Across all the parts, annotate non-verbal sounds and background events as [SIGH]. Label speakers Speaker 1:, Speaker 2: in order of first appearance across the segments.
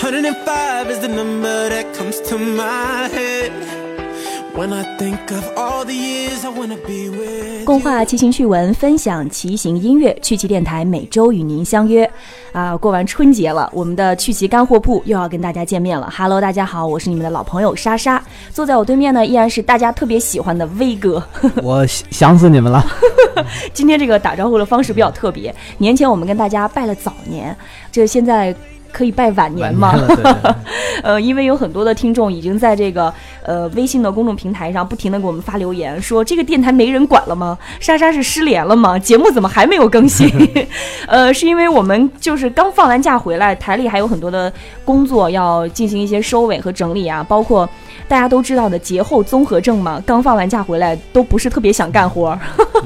Speaker 1: 105 is the number that comes to my head when I think of all the years I wanna be with.
Speaker 2: 共话骑行趣闻，分享骑行音乐。趣骑电台每周与您相约。啊，过完春节了，我们的趣骑干货铺又要跟大家见面了。Hello，大家好，我是你们的老朋友莎莎。坐在我对面呢，依然是大家特别喜欢的威哥。 [LAUGHS]
Speaker 3: [LAUGHS] 我想想死你们了。
Speaker 2: 今天这个打招呼的方式比较特别。年前我们跟大家拜了早年，这现在可以拜晚年吗？
Speaker 3: 完了对对对
Speaker 2: [LAUGHS] 呃，因为有很多的听众已经在这个呃微信的公众平台上不停的给我们发留言，说这个电台没人管了吗？莎莎是失联了吗？节目怎么还没有更
Speaker 3: [LAUGHS]
Speaker 2: 新？呃，是因为我们就是刚放完假回来，台里还有很多的工作要进行一些收尾和整理啊，包括大家都知道的节后综合症嘛，刚放完假回来都不是特别想干活儿。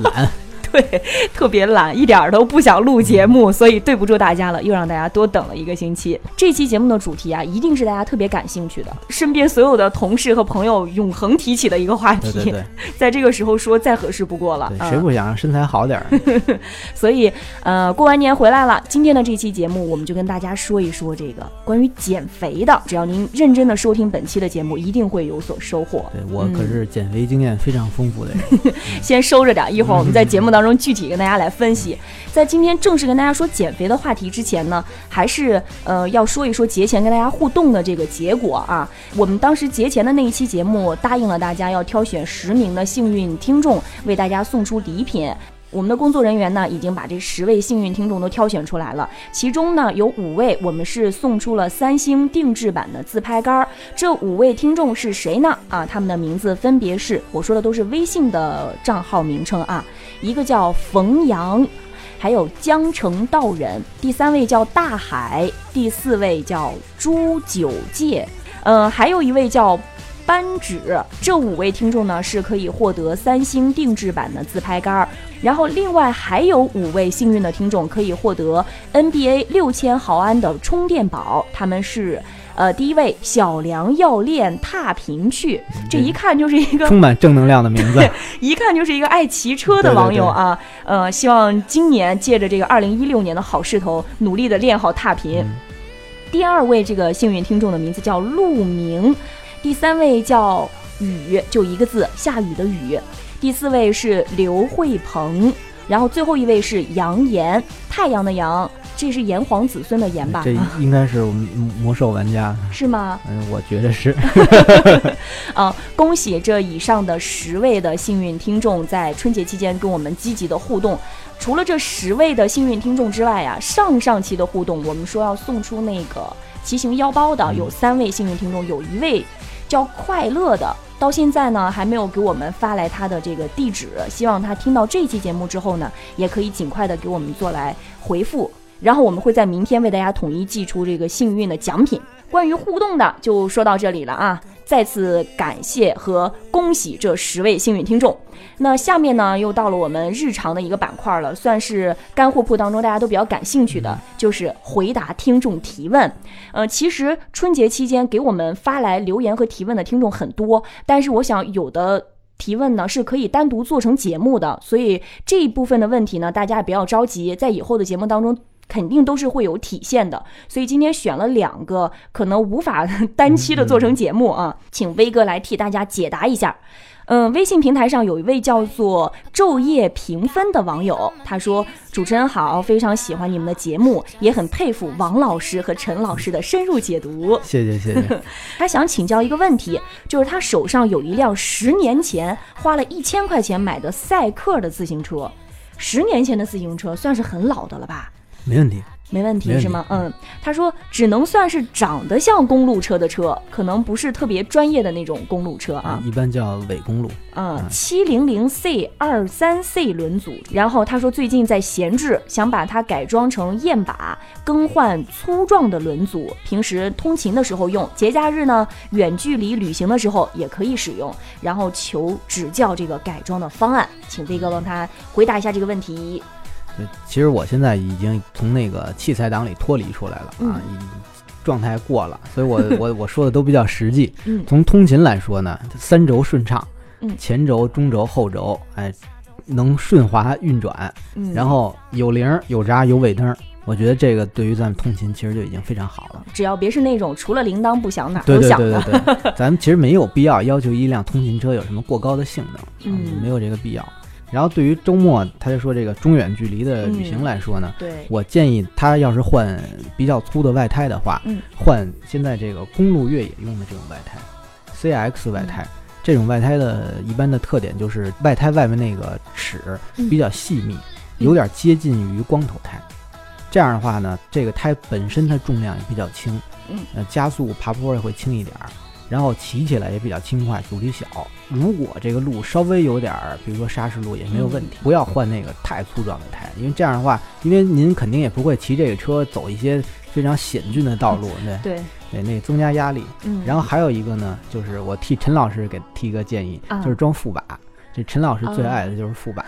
Speaker 3: 懒，
Speaker 2: [LAUGHS] 对，特别懒，一点儿都不想录节
Speaker 3: 嗯
Speaker 2: 目，所以对不住大家了，又让大家多等了一个星期。这期节目的主题啊，一定是大家特别感兴趣的，身边所有的同事和朋友永恒提起的一个话题，[LAUGHS]
Speaker 3: 对对对，
Speaker 2: 在这个时候说再合适不过了。
Speaker 3: 对谁
Speaker 2: 嗯，
Speaker 3: 不想让身材好点儿？
Speaker 2: 所以呃，过完年回来了，今天的这期节目，我们就跟大家说一说这个关于减肥的。只要您认真的收听本期的节目，一定会有所收获。
Speaker 3: 对我可是减肥经验非常丰
Speaker 2: [LAUGHS]
Speaker 3: 富的人，
Speaker 2: 先收着点儿，一会儿我们在节目当中具体跟大家来分析。在今天正式跟大家说减肥的话题之前呢，还是呃要说一说节前跟大家互动的这个结果啊。我们当时节前的那一期节目答应了大家要挑选十名的幸运听众，为大家送出礼品。我们的工作人员呢，已经把这十位幸运听众都挑选出来了，其中呢有五位我们是送出了三星定制版的自拍杆儿。这五位听众是谁呢？啊，他们的名字分别是，我说的都是微信的账号名称啊，一个叫冯阳。还有江城道人，第三位叫大海，第四位叫朱九界，呃，还有一位叫扳指。这五位听众呢是可以获得三星定制版的自拍杆儿，然后另外还有五位幸运的听众可以获得 NBA 六千毫安的充电宝，他们是。呃，第一位小梁要练踏平去，这一看就是一个
Speaker 3: 充满正能量的名字。
Speaker 2: 一看就是一个爱骑车的
Speaker 3: 对对
Speaker 2: 网友啊。呃，希望今年借着这个二零一六年的好势头，努力的练好踏频。
Speaker 3: 嗯
Speaker 2: 第二位这个幸运听众的名字叫陆明，第三位叫雨，就一个字，下雨的雨。第四位是刘慧鹏，然后最后一位是杨岩，太阳的阳，这 [LAUGHS] 是炎黄子孙的炎吧
Speaker 3: 这？应该是我们魔兽玩家，
Speaker 2: 是吗？
Speaker 3: 嗯，我觉得是。 [LAUGHS]
Speaker 2: 啊，恭喜这以上的十位的幸运听众在春节期间跟我们积极的互动。除了这十位的幸运听众之外啊，上上期的互动我们说要送出那个骑行腰包的，有三位幸运听众，有一位叫快乐的。到现在呢，还没有给我们发来他的这个地址，希望他听到这期节目之后呢，也可以尽快的给我们做来回复，然后我们会在明天为大家统一寄出这个幸运的奖品。关于互动的就说到这里了啊！再次感谢和恭喜这十位幸运听众。那下面呢，又到了我们日常的一个板块了，算是干货铺当中大家都比较感兴趣的，就是回答听众提问。呃，其实春节期间给我们发来留言和提问的听众很多，但是我想有的。提问呢是可以单独做成节目的，所以这一部分的问题呢，大家也不要着急，在以后的节目当中肯定都是会有体现的。所以今天选了两个可能无法 [LAUGHS] 单期的做成节目啊，请威哥来替大家解答一下。嗯，微信平台上有一位叫做“昼夜评分”的网友，他说：“主持人好，非常喜欢你们的节目，也很佩服王老师和陈老师的深入解读。
Speaker 3: 谢谢谢
Speaker 2: [LAUGHS]
Speaker 3: 谢，
Speaker 2: 他想请教一个问题，就是他手上有一辆十年前花了一千块钱买的赛克的自行车，十年前的自行车算是很老的了吧？
Speaker 3: 没问题。
Speaker 2: 没问
Speaker 3: 没
Speaker 2: 题
Speaker 3: 问题
Speaker 2: 是吗？嗯，他说只能算是长得像公路车的车，可能不是特别专业的那种公路车啊。
Speaker 3: 一般叫伪公路，
Speaker 2: 嗯，七零零 C 二三 C 轮组。然后他说最近在闲置，想把它改装成燕把，更换粗壮的轮组，平时通勤的时候用，节假日呢远距离旅行的时候也可以使用。然后求指教这个改装的方案，请飞哥帮他回答一下这个问题。 [LAUGHS]
Speaker 3: 对，其实我现在已经从那个器材党里脱离出来了
Speaker 2: 嗯
Speaker 3: 啊，已状态过了，所
Speaker 2: [LAUGHS]
Speaker 3: 以我我我说的都比较实际。
Speaker 2: 嗯
Speaker 3: 从通勤来说呢，三轴顺畅，
Speaker 2: 嗯
Speaker 3: 前轴、中轴、后轴，哎，能顺滑运转，
Speaker 2: 嗯，
Speaker 3: 然后有铃儿、有闸、有尾灯儿，我觉得这个对于咱们通勤其实就已经非常好了。
Speaker 2: 只要别是那种除了铃铛不响哪儿
Speaker 3: 对
Speaker 2: 都
Speaker 3: 对
Speaker 2: 响
Speaker 3: 对
Speaker 2: 的，
Speaker 3: 对对，咱们其实没有必要要求一辆通勤车有什么过高的性能，
Speaker 2: 嗯
Speaker 3: 啊没有这个必要。然后对于周末，他就说这个中远距离的旅行
Speaker 2: 嗯
Speaker 3: 来说呢，
Speaker 2: 对，
Speaker 3: 我建议他要是换比较粗的外胎的话，
Speaker 2: 嗯
Speaker 3: 换现在这个公路越野用的这种外胎，CX
Speaker 2: 嗯
Speaker 3: 外胎。这种外胎的一般的特点就是外胎外面那个齿
Speaker 2: 嗯
Speaker 3: 比较细密，有点接近于光头胎。这样的话呢，这个胎本身它重量也比较轻，
Speaker 2: 嗯，
Speaker 3: 呃，加速爬坡也会轻一点儿，然后骑起来也比较轻快，阻力小。如果这个路稍微有点儿，比如说砂石路也没有问题，
Speaker 2: 嗯
Speaker 3: 不要换那个太粗壮的胎，因为这样的话，因为您肯定也不会骑这个车走一些非常险峻的道路，对
Speaker 2: 对，
Speaker 3: 对，那增加压力。
Speaker 2: 嗯，
Speaker 3: 然后还有一个呢，就是我替陈老师给提一个建议，
Speaker 2: 啊
Speaker 3: 就是装副把。这陈老师最爱的就是副把，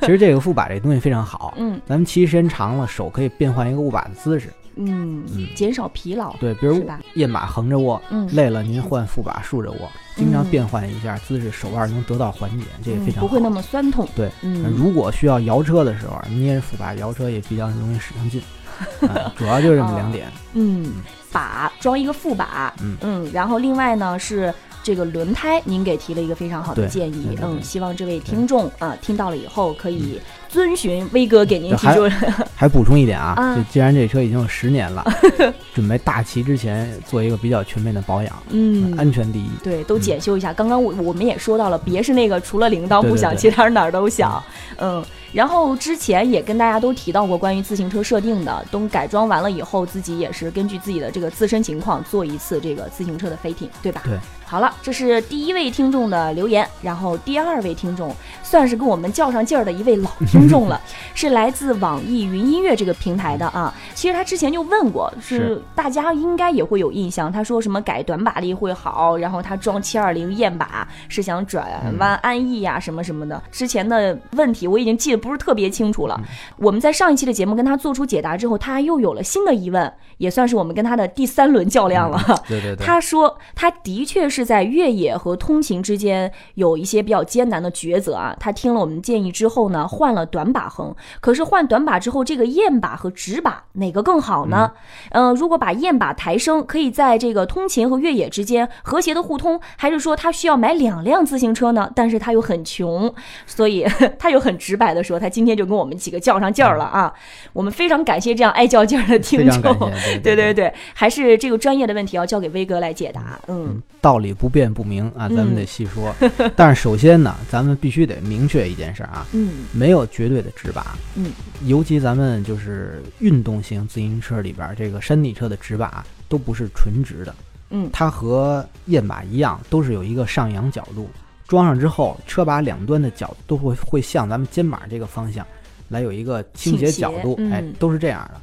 Speaker 3: 其实这个副把这东西非常好，
Speaker 2: 嗯
Speaker 3: 咱们骑时间长了，手可以变换一个握把的姿势。
Speaker 2: 嗯
Speaker 3: 嗯，
Speaker 2: 减少疲劳，
Speaker 3: 对，比如
Speaker 2: 是吧
Speaker 3: 燕马横着握，
Speaker 2: 嗯，
Speaker 3: 累了您换副把竖着握，经常
Speaker 2: 嗯
Speaker 3: 变换一下姿势，手腕能得到缓解，这也
Speaker 2: 嗯
Speaker 3: 非常
Speaker 2: 不
Speaker 3: 好。
Speaker 2: 会那么酸痛，
Speaker 3: 对，
Speaker 2: 嗯，
Speaker 3: 如果需要摇车的时候，捏着副把摇车也比较容易使上劲。
Speaker 2: [LAUGHS]
Speaker 3: 啊，主要就是这么两点。
Speaker 2: 嗯，把装一个副把，
Speaker 3: 嗯
Speaker 2: 然后另外呢是这个轮胎，您给提了一个非常好的
Speaker 3: 对
Speaker 2: 建议，
Speaker 3: 对对
Speaker 2: 嗯，
Speaker 3: 对
Speaker 2: 希望这位听众啊听到了以后可以遵循威哥给您
Speaker 3: 对
Speaker 2: 提
Speaker 3: 嗯还
Speaker 2: 出
Speaker 3: 还补充一点啊，
Speaker 2: 啊
Speaker 3: 就既然这车已经有十年了， [LAUGHS] 准备大骑之前做一个比较全面的保养，
Speaker 2: 嗯。
Speaker 3: 安全第一。
Speaker 2: 对，都
Speaker 3: 嗯
Speaker 2: 检修一下。刚刚我我们也说到了，别是那个除了铃铛
Speaker 3: 对
Speaker 2: 不
Speaker 3: 对
Speaker 2: 响，
Speaker 3: 对
Speaker 2: 其他哪儿都响。嗯，然后之前也跟大家都提到过关于自行车设定的，都改装完了以后，自己也是根据自己的这个自身情况做一次这个自行车的 fitting，对吧？
Speaker 3: 对。
Speaker 2: 好了，这是第一位听众的留言，然后第二位听众算是跟我们较上劲儿的一位老听众了，是来自网易云音乐这个平台的啊。其实他之前就问过，是
Speaker 3: 是
Speaker 2: 大家应该也会有印象，他说什么改短把力会好，然后他装七二零燕把是想转弯安逸呀、什么什么的。之前的问题我已经记得不是特别清楚了。我们在上一期的节目跟他做出解答之后，他又有了新的疑问，也算是我们跟他的第三轮较量了。
Speaker 3: 对对
Speaker 2: 他说，他的确是在越野和通勤之间有一些比较艰难的抉择啊。他听了我们建议之后呢，换了短把横。可是换短把之后，这个燕把和直把哪个更好呢？嗯、如果把燕把抬升，可以在这个通勤和越野之间和谐的互通，还是说他需要买两辆自行车呢？但是他又很穷，所以 [LAUGHS] 他又很直白的说，他今天就跟我们几个较上劲儿了啊。我们非常感谢这样爱较劲儿的
Speaker 3: 非
Speaker 2: 听
Speaker 3: 常感
Speaker 2: 众。
Speaker 3: 谢。
Speaker 2: 对对
Speaker 3: 对，
Speaker 2: 对，还是这个专业的问题要交给威哥来解答。嗯
Speaker 3: 道理不辩不明啊，咱们
Speaker 2: 嗯
Speaker 3: 得细说。但是首先呢，咱们必须得明确一件事儿啊，
Speaker 2: 嗯
Speaker 3: 没有绝对的直把，
Speaker 2: 嗯，
Speaker 3: 尤其咱们就是运动型自行车里边儿这个山地车的直把都不是纯直的，
Speaker 2: 嗯
Speaker 3: 它和燕把一样，都是有一个上扬角度，装上之后，车把两端的角都会会向咱们肩膀这个方向来有一个倾斜
Speaker 2: 倾斜
Speaker 3: 角度，哎
Speaker 2: 嗯，
Speaker 3: 都是这样的，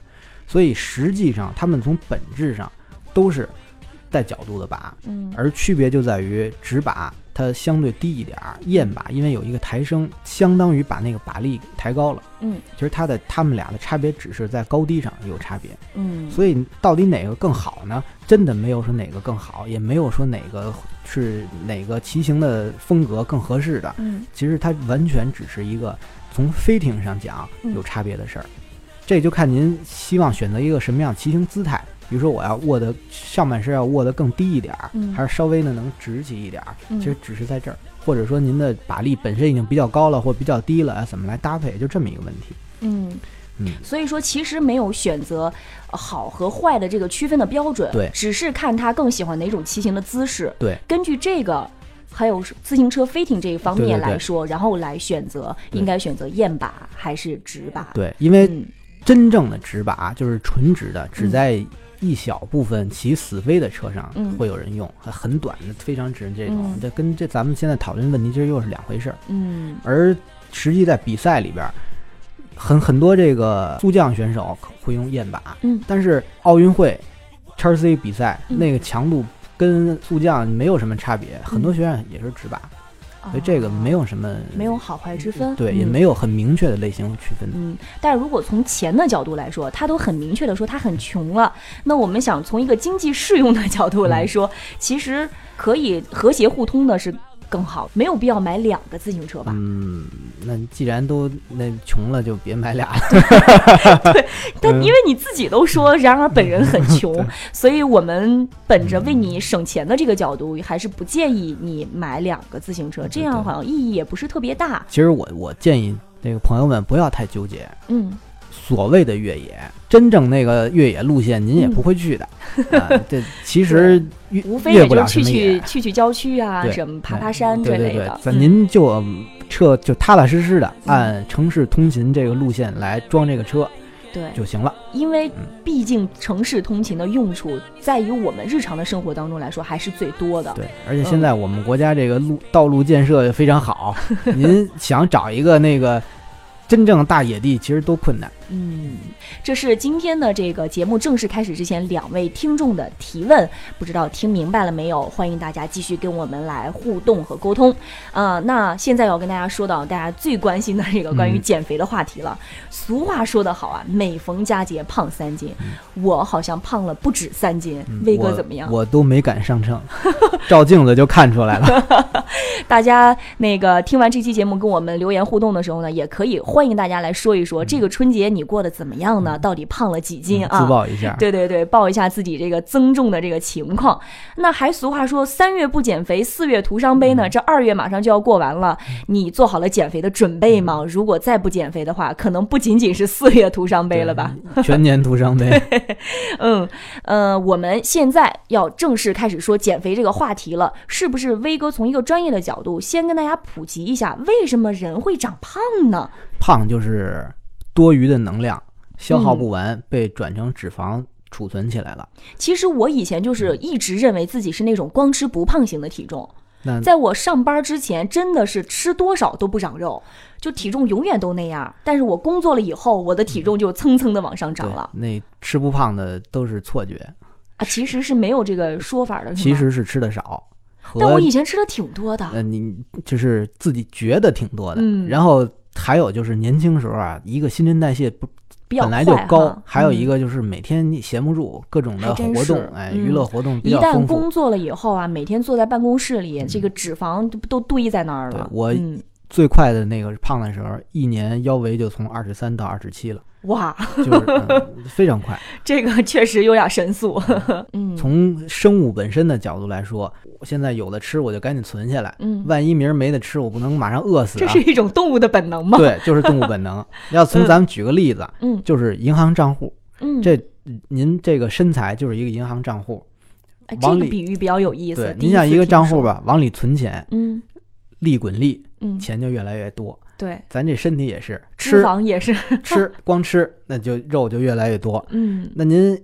Speaker 3: 所以实际上它们从本质上都是带角度的把，
Speaker 2: 嗯
Speaker 3: 而区别就在于直把它相对低一点儿，燕把因为有一个抬升，相当于把那个把力抬高了。
Speaker 2: 嗯，
Speaker 3: 其实它的它们俩的差别只是在高低上有差别，
Speaker 2: 嗯，
Speaker 3: 所以到底哪个更好呢？真的没有说哪个更好，也没有说哪个是哪个骑行的风格更合适的。
Speaker 2: 嗯
Speaker 3: 其实它完全只是一个从飞艇上讲
Speaker 2: 嗯
Speaker 3: 有差别的事儿，这就看您希望选择一个什么样骑行姿态。比如说，我要握的上半身要握得更低一点儿，
Speaker 2: 嗯
Speaker 3: 还是稍微呢能直起一点儿，
Speaker 2: 嗯
Speaker 3: 其实只是在这儿，或者说您的把力本身已经比较高了，或比较低了，哎要怎么来搭配，就这么一个问题。
Speaker 2: 嗯
Speaker 3: 嗯
Speaker 2: 所以说其实没有选择呃好和坏的这个区分的标准，
Speaker 3: 对
Speaker 2: 只是看他更喜欢哪种骑行的姿势，
Speaker 3: 对，
Speaker 2: 根据这个。还有是自行车 fitting 这一方面
Speaker 3: 对对对
Speaker 2: 来说，然后来选择
Speaker 3: 对
Speaker 2: 应该选择燕把还是直把。，
Speaker 3: 对，因为
Speaker 2: 嗯
Speaker 3: 真正的直把就是纯直的，只在一小部分骑死飞的车上
Speaker 2: 嗯
Speaker 3: 会有人用，很很短的非常直这种
Speaker 2: 嗯，
Speaker 3: 这跟这咱们现在讨论问题其实又是两回事儿。
Speaker 2: 嗯
Speaker 3: 而实际在比赛里边儿，很很多这个速降选手会用燕把，
Speaker 2: 嗯
Speaker 3: 但是奥运会叉 C 比赛、
Speaker 2: 嗯
Speaker 3: 那个强度跟速降没有什么差别，很多学院也是直把，所以这个没
Speaker 2: 有
Speaker 3: 有什么
Speaker 2: 哦没有好坏之分，
Speaker 3: 对，也
Speaker 2: 嗯
Speaker 3: 没有很明确的类型区分。
Speaker 2: 嗯，但如果从钱的角度来说，他都很明确的说他很穷了。那我们
Speaker 3: 嗯
Speaker 2: 想从一个经济适用的角度来说，其实可以和谐互通的是更好，没有必要买两个自行车吧？
Speaker 3: 嗯，那既然都那穷了，就别买俩了。 [LAUGHS]
Speaker 2: 但
Speaker 3: 嗯
Speaker 2: 因为你自己都说，然而本人
Speaker 3: [LAUGHS]
Speaker 2: 很穷，所以我们本着为
Speaker 3: 嗯
Speaker 2: 你省钱的这个角度，还是不建议你买两个自行车，这样好像意义也不是特别大。
Speaker 3: 其实我我建议那个朋友们不要太纠结，
Speaker 2: 嗯，
Speaker 3: 所谓的越野，真正那个越野路线您也不会
Speaker 2: [LAUGHS]
Speaker 3: 去的。啊，这其实越
Speaker 2: 嗯无非
Speaker 3: 越
Speaker 2: 也
Speaker 3: 不
Speaker 2: 就
Speaker 3: 了
Speaker 2: 是去
Speaker 3: 什么
Speaker 2: 去
Speaker 3: 野。
Speaker 2: 去去郊区啊，
Speaker 3: 对
Speaker 2: 什么爬
Speaker 3: 嗯
Speaker 2: 爬山之
Speaker 3: 对对
Speaker 2: 类
Speaker 3: 对
Speaker 2: 的，。
Speaker 3: 咱
Speaker 2: 嗯
Speaker 3: 您就嗯彻就踏踏实实的按城市通勤这个路线来装这个车
Speaker 2: 对，
Speaker 3: 就行了。
Speaker 2: 因为毕竟城市通勤的用处，在于我们日常的生活当中来说还是最多的。
Speaker 3: 对，而且
Speaker 2: 嗯
Speaker 3: 现在我们国家这个路道路建设也非常
Speaker 2: [LAUGHS]
Speaker 3: 好，您想找一个那个真正大野地，其实都困难。
Speaker 2: 嗯，这是今天的这个节目正式开始之前，两位听众的提问，不知道听明白了没有？欢迎大家继续跟我们来互动和沟通。啊、那现在要跟大家说到大家最关心的这个关于
Speaker 3: 嗯
Speaker 2: 减肥的话题了。俗话说得好啊，每逢佳节胖三斤，我好像胖了不止三斤。威哥
Speaker 3: 嗯我
Speaker 2: 怎么样？
Speaker 3: 我都没敢上秤， [LAUGHS] 照镜子就看出来
Speaker 2: [LAUGHS]
Speaker 3: 了。
Speaker 2: 大家那个听完这期节目跟我们留言互动的时候呢，也可以欢迎大家来说一说这个春节你过得怎么样呢？到底胖了几斤啊？
Speaker 3: 嗯自曝一下，
Speaker 2: 对对对，报一下自己这个增重的这个情况。那还俗话说，三月不减肥，四月徒伤悲呢。这二月马上就要过完了，你做好了减肥的准备吗？如果再不减肥的话，可能不仅仅是四月徒伤悲了吧？
Speaker 3: [LAUGHS] 全年徒
Speaker 2: [LAUGHS]
Speaker 3: 伤悲。
Speaker 2: 嗯，呃，我们现在要正式开始说减肥这个话题了，是不是？威哥从一个专业的角度，先跟大家普及一下，为什么人会长胖呢？
Speaker 3: 胖就是多余的能量消耗
Speaker 2: 嗯
Speaker 3: 不完，被转成脂肪储存起来了。
Speaker 2: 其实我以前就是一直认为自己是那种光吃不胖型的体重，
Speaker 3: 那
Speaker 2: 在我上班之前，真的是吃多少都不长肉，就体重永远都那样。但是我工作了以后，我的体重就蹭蹭的往上涨
Speaker 3: 对
Speaker 2: 了
Speaker 3: 那吃不胖的都是错觉，
Speaker 2: 啊！其实是没有这个说法的，是吗
Speaker 3: 其，实是吃的少。和
Speaker 2: 嗯但我以前吃的挺多的。
Speaker 3: 呃，你就是自己觉得挺多的，
Speaker 2: 嗯
Speaker 3: 然后还有就是年轻时候啊，一个新陈代谢不
Speaker 2: 比较
Speaker 3: 本来就
Speaker 2: 快
Speaker 3: 高
Speaker 2: 哈，
Speaker 3: 还有一
Speaker 2: 嗯
Speaker 3: 个就是每天你闲不住，各种的
Speaker 2: 还真
Speaker 3: 活动
Speaker 2: 是，
Speaker 3: 哎，
Speaker 2: 嗯
Speaker 3: 娱乐活动比
Speaker 2: 一
Speaker 3: 较
Speaker 2: 旦
Speaker 3: 丰富。嗯
Speaker 2: 工作了以后啊，每天坐在办公室里，这个脂肪都都堆在那儿了。
Speaker 3: 对我
Speaker 2: 嗯、
Speaker 3: 最快的那个胖的时候，一年腰围就从二十三到二十七了，
Speaker 2: 哇， [LAUGHS]
Speaker 3: 就是、嗯非常快。
Speaker 2: 这个确实有点神速。 [LAUGHS] 嗯，
Speaker 3: 从生物本身的角度来说，我现在有的吃我就赶紧存下来，
Speaker 2: 嗯
Speaker 3: 万一明儿没得吃，我不能马上饿死
Speaker 2: 这
Speaker 3: 啊
Speaker 2: 是。一种动物的本能吗？
Speaker 3: 对，就是动物本能。要从咱们举个例子，
Speaker 2: 嗯
Speaker 3: 就是银行账户，
Speaker 2: 嗯，
Speaker 3: 这您这个身材就是一个银行账户，
Speaker 2: 哎这
Speaker 3: 往
Speaker 2: 个
Speaker 3: 里
Speaker 2: 比喻比较有意思
Speaker 3: 对，。
Speaker 2: 第
Speaker 3: 您像
Speaker 2: 次
Speaker 3: 一个
Speaker 2: 听
Speaker 3: 账户
Speaker 2: 说，
Speaker 3: 吧，往里存钱，
Speaker 2: 嗯
Speaker 3: 利滚利，
Speaker 2: 嗯，
Speaker 3: 钱就越来越多。
Speaker 2: 对，
Speaker 3: 咱这身体也是
Speaker 2: 脂
Speaker 3: 吃
Speaker 2: 肪也
Speaker 3: [LAUGHS]
Speaker 2: 是，
Speaker 3: 吃光吃，那就肉就越来越多，
Speaker 2: 嗯，
Speaker 3: 那您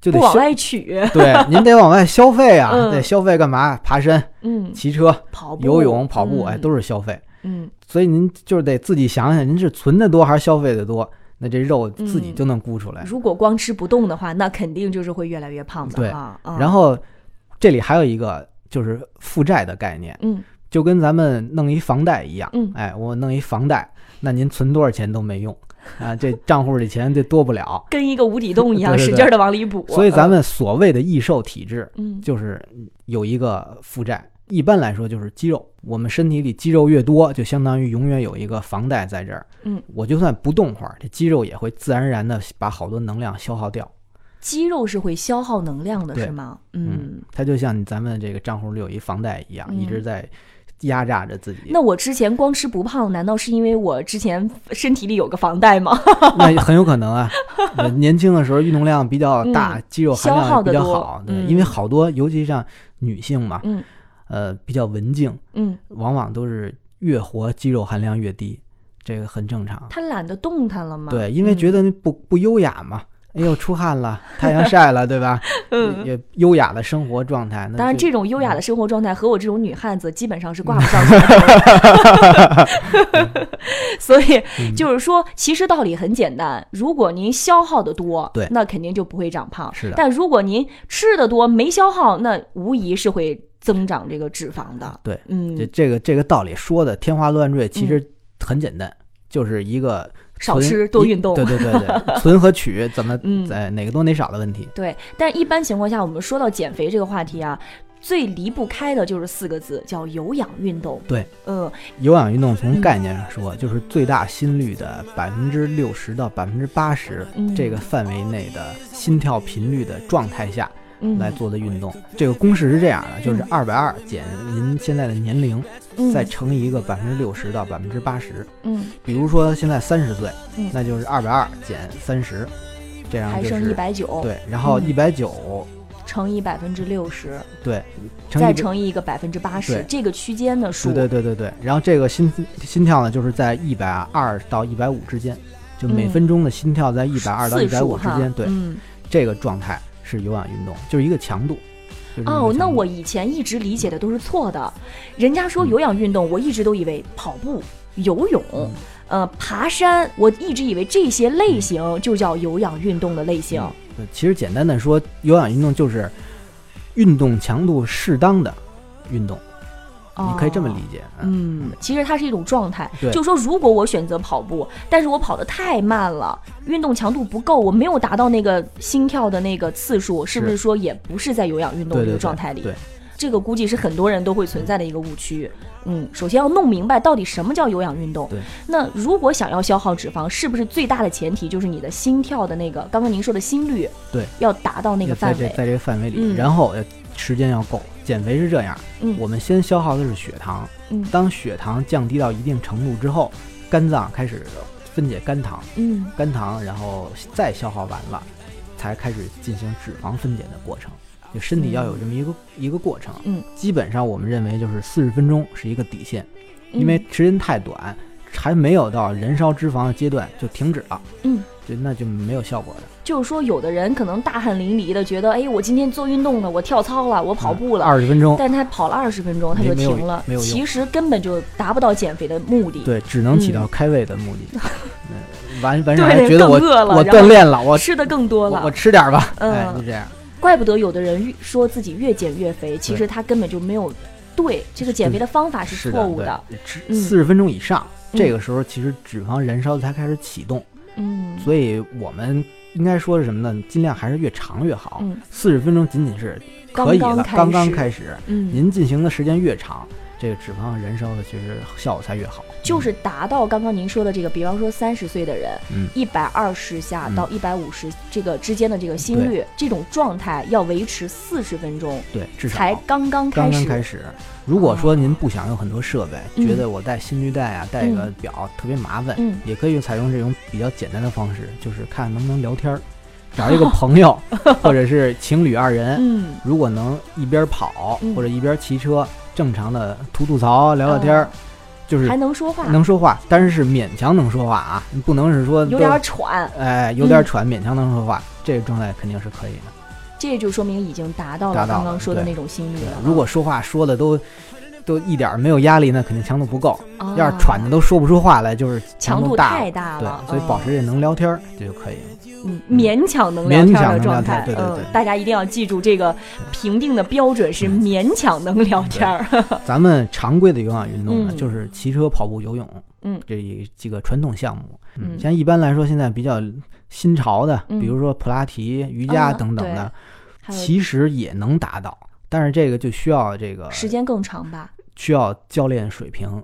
Speaker 3: 就
Speaker 2: 不
Speaker 3: 得
Speaker 2: 往
Speaker 3: 消
Speaker 2: 外
Speaker 3: [LAUGHS]
Speaker 2: 取， [LAUGHS]
Speaker 3: 对，您得往外消费啊，
Speaker 2: 嗯
Speaker 3: 得消费干嘛？爬山、
Speaker 2: 嗯，
Speaker 3: 骑车、
Speaker 2: 跑步、
Speaker 3: 游泳、跑步，哎，
Speaker 2: 嗯
Speaker 3: 都是消费。
Speaker 2: 嗯，
Speaker 3: 所以您就是得自己想想，您是存的多还是消费的多？那这肉自己
Speaker 2: 嗯
Speaker 3: 就能估出来。
Speaker 2: 如果光吃不动的话，那肯定就是会越来越胖的
Speaker 3: 对
Speaker 2: 啊。啊
Speaker 3: 然后这里还有一个就是负债的概念，
Speaker 2: 嗯，
Speaker 3: 就跟咱们弄一房贷一样，
Speaker 2: 嗯
Speaker 3: 哎，我弄一房贷，那您存多少钱都没用啊，这账户里钱就多不了。
Speaker 2: 跟一个无底洞一样，
Speaker 3: [LAUGHS] 对对
Speaker 2: 使
Speaker 3: 对
Speaker 2: 劲的往里补。
Speaker 3: 所以咱
Speaker 2: 嗯
Speaker 3: 们所谓的易瘦体质，
Speaker 2: 嗯
Speaker 3: 就是有一个负债。一般来说就是肌肉，我们身体里肌肉越多，就相当于永远有一个房贷在这儿。
Speaker 2: 嗯，
Speaker 3: 我就算不动会儿，这肌肉也会自然而然的把好多能量消耗掉。
Speaker 2: 肌肉是会消耗能量的，
Speaker 3: 对
Speaker 2: 是吗？嗯。
Speaker 3: 它就像咱们这个账户里有一房贷一样，
Speaker 2: 嗯
Speaker 3: 一直在压榨着自己。
Speaker 2: 那我之前光吃不胖，难道是因为我之前 [LAUGHS] 身体里有个房贷
Speaker 3: [LAUGHS]
Speaker 2: 吗？
Speaker 3: 那很有可
Speaker 2: [LAUGHS]
Speaker 3: 能啊，呃年轻的时候运动量比较大，
Speaker 2: 嗯
Speaker 3: 肌肉含量也比较
Speaker 2: 消耗
Speaker 3: 好
Speaker 2: 得，多
Speaker 3: 对，
Speaker 2: 嗯
Speaker 3: 因为好多尤其像女性嘛，
Speaker 2: 嗯
Speaker 3: 呃，比较文静，
Speaker 2: 嗯，
Speaker 3: 往往都是越活肌肉含量越低，这个很正常。
Speaker 2: 他懒得动弹了吗？
Speaker 3: 对，因为觉
Speaker 2: 得
Speaker 3: 得不不优雅嘛，哎呦出汗了， [LAUGHS] 太阳晒了，对吧？
Speaker 2: 嗯
Speaker 3: 也优雅的生活状态。那
Speaker 2: [LAUGHS] 当然，
Speaker 3: 就
Speaker 2: 这种优雅的生活状态和我这种女汉子基本上是挂不上边儿的。 [LAUGHS] 所以
Speaker 3: 嗯
Speaker 2: 就是说，其实道理很简单，如果您消耗的多，
Speaker 3: 对
Speaker 2: 那肯定就不会长胖。
Speaker 3: 是的
Speaker 2: 但如果您吃的多没消耗，那无疑是会增长这个脂肪的。
Speaker 3: 对，这
Speaker 2: 嗯，
Speaker 3: 这个这个道理说的天花乱坠，其实很简单，就是一个
Speaker 2: 少
Speaker 3: 存
Speaker 2: 吃多
Speaker 3: 一
Speaker 2: 运动
Speaker 3: 对对
Speaker 2: [LAUGHS]
Speaker 3: 对对，存和取怎么
Speaker 2: 嗯
Speaker 3: 在哪个多哪少的问题。
Speaker 2: 对。但一般情况下，我们说到减肥这个话题啊，最离不开的就是四个字，叫有氧运动。
Speaker 3: 对，
Speaker 2: 嗯，
Speaker 3: 有氧运动从概念上说，就是最大心率的百分之六十到百分之八十
Speaker 2: 嗯
Speaker 3: 这个范围内的心跳频率的状态下
Speaker 2: 嗯
Speaker 3: 来做的运动。这个公式是这样的，就是二百二减您现在的年龄，
Speaker 2: 嗯
Speaker 3: 再乘以一个百分之六十到百分之八十。
Speaker 2: 嗯，
Speaker 3: 比如说现在三十岁
Speaker 2: 嗯，
Speaker 3: 那就是二百二减三十，这样
Speaker 2: 还
Speaker 3: 就
Speaker 2: 剩一
Speaker 3: 是
Speaker 2: 百九，
Speaker 3: 对，然后
Speaker 2: 嗯
Speaker 3: 一百九
Speaker 2: 乘以百分之六十，
Speaker 3: 对乘
Speaker 2: 再
Speaker 3: 以
Speaker 2: 乘以一个百分之八十
Speaker 3: 对，
Speaker 2: 这个区间的数，
Speaker 3: 对对对对对，然后这个心心跳呢，就是在一百二到一百五之间，就每
Speaker 2: 嗯
Speaker 3: 分钟的心跳在一百二到一
Speaker 2: 次
Speaker 3: 百
Speaker 2: 数
Speaker 3: 五之
Speaker 2: 哈
Speaker 3: 间，对，
Speaker 2: 嗯
Speaker 3: 这个状态是有氧运动，就是一个强度。就是一个
Speaker 2: 哦，那
Speaker 3: 强度
Speaker 2: 我以前一直理解的都是错的，人家说有氧运动，我一直都以为跑步、游泳、
Speaker 3: 嗯
Speaker 2: 呃爬山，我一直以为这些类型就叫有氧运动的类型。
Speaker 3: 嗯对其实简单的说，有氧运动就是运动强度适当的运动，
Speaker 2: 哦
Speaker 3: 你可以这么理解。
Speaker 2: 嗯，其实它是一种状态，
Speaker 3: 对
Speaker 2: 就说如果我选择跑步，但是我跑得太慢了，运动强度不够，我没有达到那个心跳的那个次数，是不是
Speaker 3: 是
Speaker 2: 说也不是在有氧运动
Speaker 3: 对
Speaker 2: 这
Speaker 3: 对
Speaker 2: 个
Speaker 3: 对
Speaker 2: 状态里？
Speaker 3: 对
Speaker 2: 这个估计是很多人都会存在的一个误区。嗯，首先要弄明白到底什么叫有氧运动。
Speaker 3: 对，
Speaker 2: 那如果想要消耗脂肪，是不是最大的前提就是你的心跳的那个，刚刚您说的心率，
Speaker 3: 对，
Speaker 2: 要达到那个
Speaker 3: 也在
Speaker 2: 范
Speaker 3: 这
Speaker 2: 围。
Speaker 3: 在这个范围里，
Speaker 2: 嗯
Speaker 3: 然后呃时间要够。减肥是这样，
Speaker 2: 嗯
Speaker 3: 我们先消耗的是血糖，
Speaker 2: 嗯
Speaker 3: 当血糖降低到一定程度之后，肝脏开始分解肝糖，
Speaker 2: 嗯
Speaker 3: 肝糖然后再消耗完了，才开始进行脂肪分解的过程。就身体要有这么一个、一个过程，
Speaker 2: 嗯，
Speaker 3: 基本上我们认为就是四十分钟是一个底线，
Speaker 2: 嗯
Speaker 3: 因为时间太短，还没有到燃烧脂肪的阶段就停止了，
Speaker 2: 嗯，
Speaker 3: 就那就没有效果的。
Speaker 2: 就是说，有的人可能大汗淋漓的觉得，哎，我今天做运动了，我跳操了，我跑步了，
Speaker 3: 嗯二十分钟，
Speaker 2: 但他跑了二十分钟，他
Speaker 3: 没
Speaker 2: 就
Speaker 3: 没有
Speaker 2: 停了
Speaker 3: 没，有用
Speaker 2: 其实根本就达不到减肥的目的。
Speaker 3: 对，只能起到
Speaker 2: 嗯
Speaker 3: 开胃的目
Speaker 2: [LAUGHS]
Speaker 3: 的。嗯完完事儿
Speaker 2: 对
Speaker 3: 还觉得
Speaker 2: 更
Speaker 3: 我
Speaker 2: 饿了
Speaker 3: 我
Speaker 2: 然后
Speaker 3: 锻炼了，我
Speaker 2: 吃的更多
Speaker 3: 我我
Speaker 2: 了，
Speaker 3: 吃点儿吧，
Speaker 2: 嗯
Speaker 3: 哎，就这样。
Speaker 2: 怪不得有的人越说自己越减越肥，其实他根本就没有对这个减肥的方法
Speaker 3: 是
Speaker 2: 错误的。，嗯
Speaker 3: 四十分钟以上，
Speaker 2: 嗯
Speaker 3: 这个时候其实脂肪燃烧才开始启动，
Speaker 2: 嗯
Speaker 3: 所以我们应该说是什么呢？尽量还是越长越好
Speaker 2: 嗯。
Speaker 3: 四十分钟仅仅是可以了，
Speaker 2: 刚
Speaker 3: 刚
Speaker 2: 刚
Speaker 3: 刚
Speaker 2: 开
Speaker 3: 开始。
Speaker 2: 嗯，
Speaker 3: 您进行的时间越长，这个脂肪燃烧的其实效果才越好。
Speaker 2: 就是达到刚刚您说的这个，比方说三十岁的人
Speaker 3: 嗯，
Speaker 2: 一百二十下
Speaker 3: 嗯
Speaker 2: 到一百五十这个之间的这个心率，这种状态要维持四十分钟。
Speaker 3: 对，至少
Speaker 2: 才刚刚开
Speaker 3: 刚刚
Speaker 2: 始，哦
Speaker 3: 开始。如果说您不想有很多设备，
Speaker 2: 嗯
Speaker 3: 觉得我带心率带啊，带一个表特别麻烦，
Speaker 2: 嗯
Speaker 3: 也可以采用这种比较简单的方式，就是看能不能聊天儿，找一个
Speaker 2: [LAUGHS]
Speaker 3: 朋友或者是情侣二人，
Speaker 2: 嗯，
Speaker 3: 如果能一边跑
Speaker 2: 嗯
Speaker 3: 或者一边骑车，正常的吐吐槽、聊聊天儿
Speaker 2: 嗯，
Speaker 3: 就是
Speaker 2: 还能说话，
Speaker 3: 能说话，但是是勉强能说话啊，你不能是说
Speaker 2: 有
Speaker 3: 都
Speaker 2: 点喘，
Speaker 3: 哎有
Speaker 2: 嗯
Speaker 3: 点喘，勉强能说话，这个状态肯定是可以的。
Speaker 2: 这就说明已经达到了
Speaker 3: 达到
Speaker 2: 刚
Speaker 3: 了
Speaker 2: 刚说的
Speaker 3: 对
Speaker 2: 那种心率
Speaker 3: 对
Speaker 2: 了。
Speaker 3: 如果说话说的都都一点儿没有压力，那肯定强度不够。
Speaker 2: 啊
Speaker 3: 要是喘的都说不出话来，就是
Speaker 2: 强
Speaker 3: 度
Speaker 2: 度
Speaker 3: 大
Speaker 2: 太大了，
Speaker 3: 对，所以保持这能聊天儿这就可以了。
Speaker 2: 嗯勉强能聊天
Speaker 3: 勉强
Speaker 2: 的
Speaker 3: 能
Speaker 2: 状
Speaker 3: 聊天
Speaker 2: 态。
Speaker 3: 对对对嗯
Speaker 2: 嗯，大家一定要记住这个评定的标准是勉强能聊天儿。
Speaker 3: 咱们常规的有氧运动呢，
Speaker 2: 嗯
Speaker 3: 就是骑车、跑步、游泳，
Speaker 2: 嗯，
Speaker 3: 这几个传统项目。
Speaker 2: 嗯
Speaker 3: 像一般来说，现在比较新潮的，
Speaker 2: 嗯
Speaker 3: 比如说普拉提、瑜伽
Speaker 2: 啊
Speaker 3: 等等的，
Speaker 2: [LAUGHS] 还有
Speaker 3: 其实也能达到，但是这个就需要这个
Speaker 2: 时间更长吧，
Speaker 3: 需要教练水平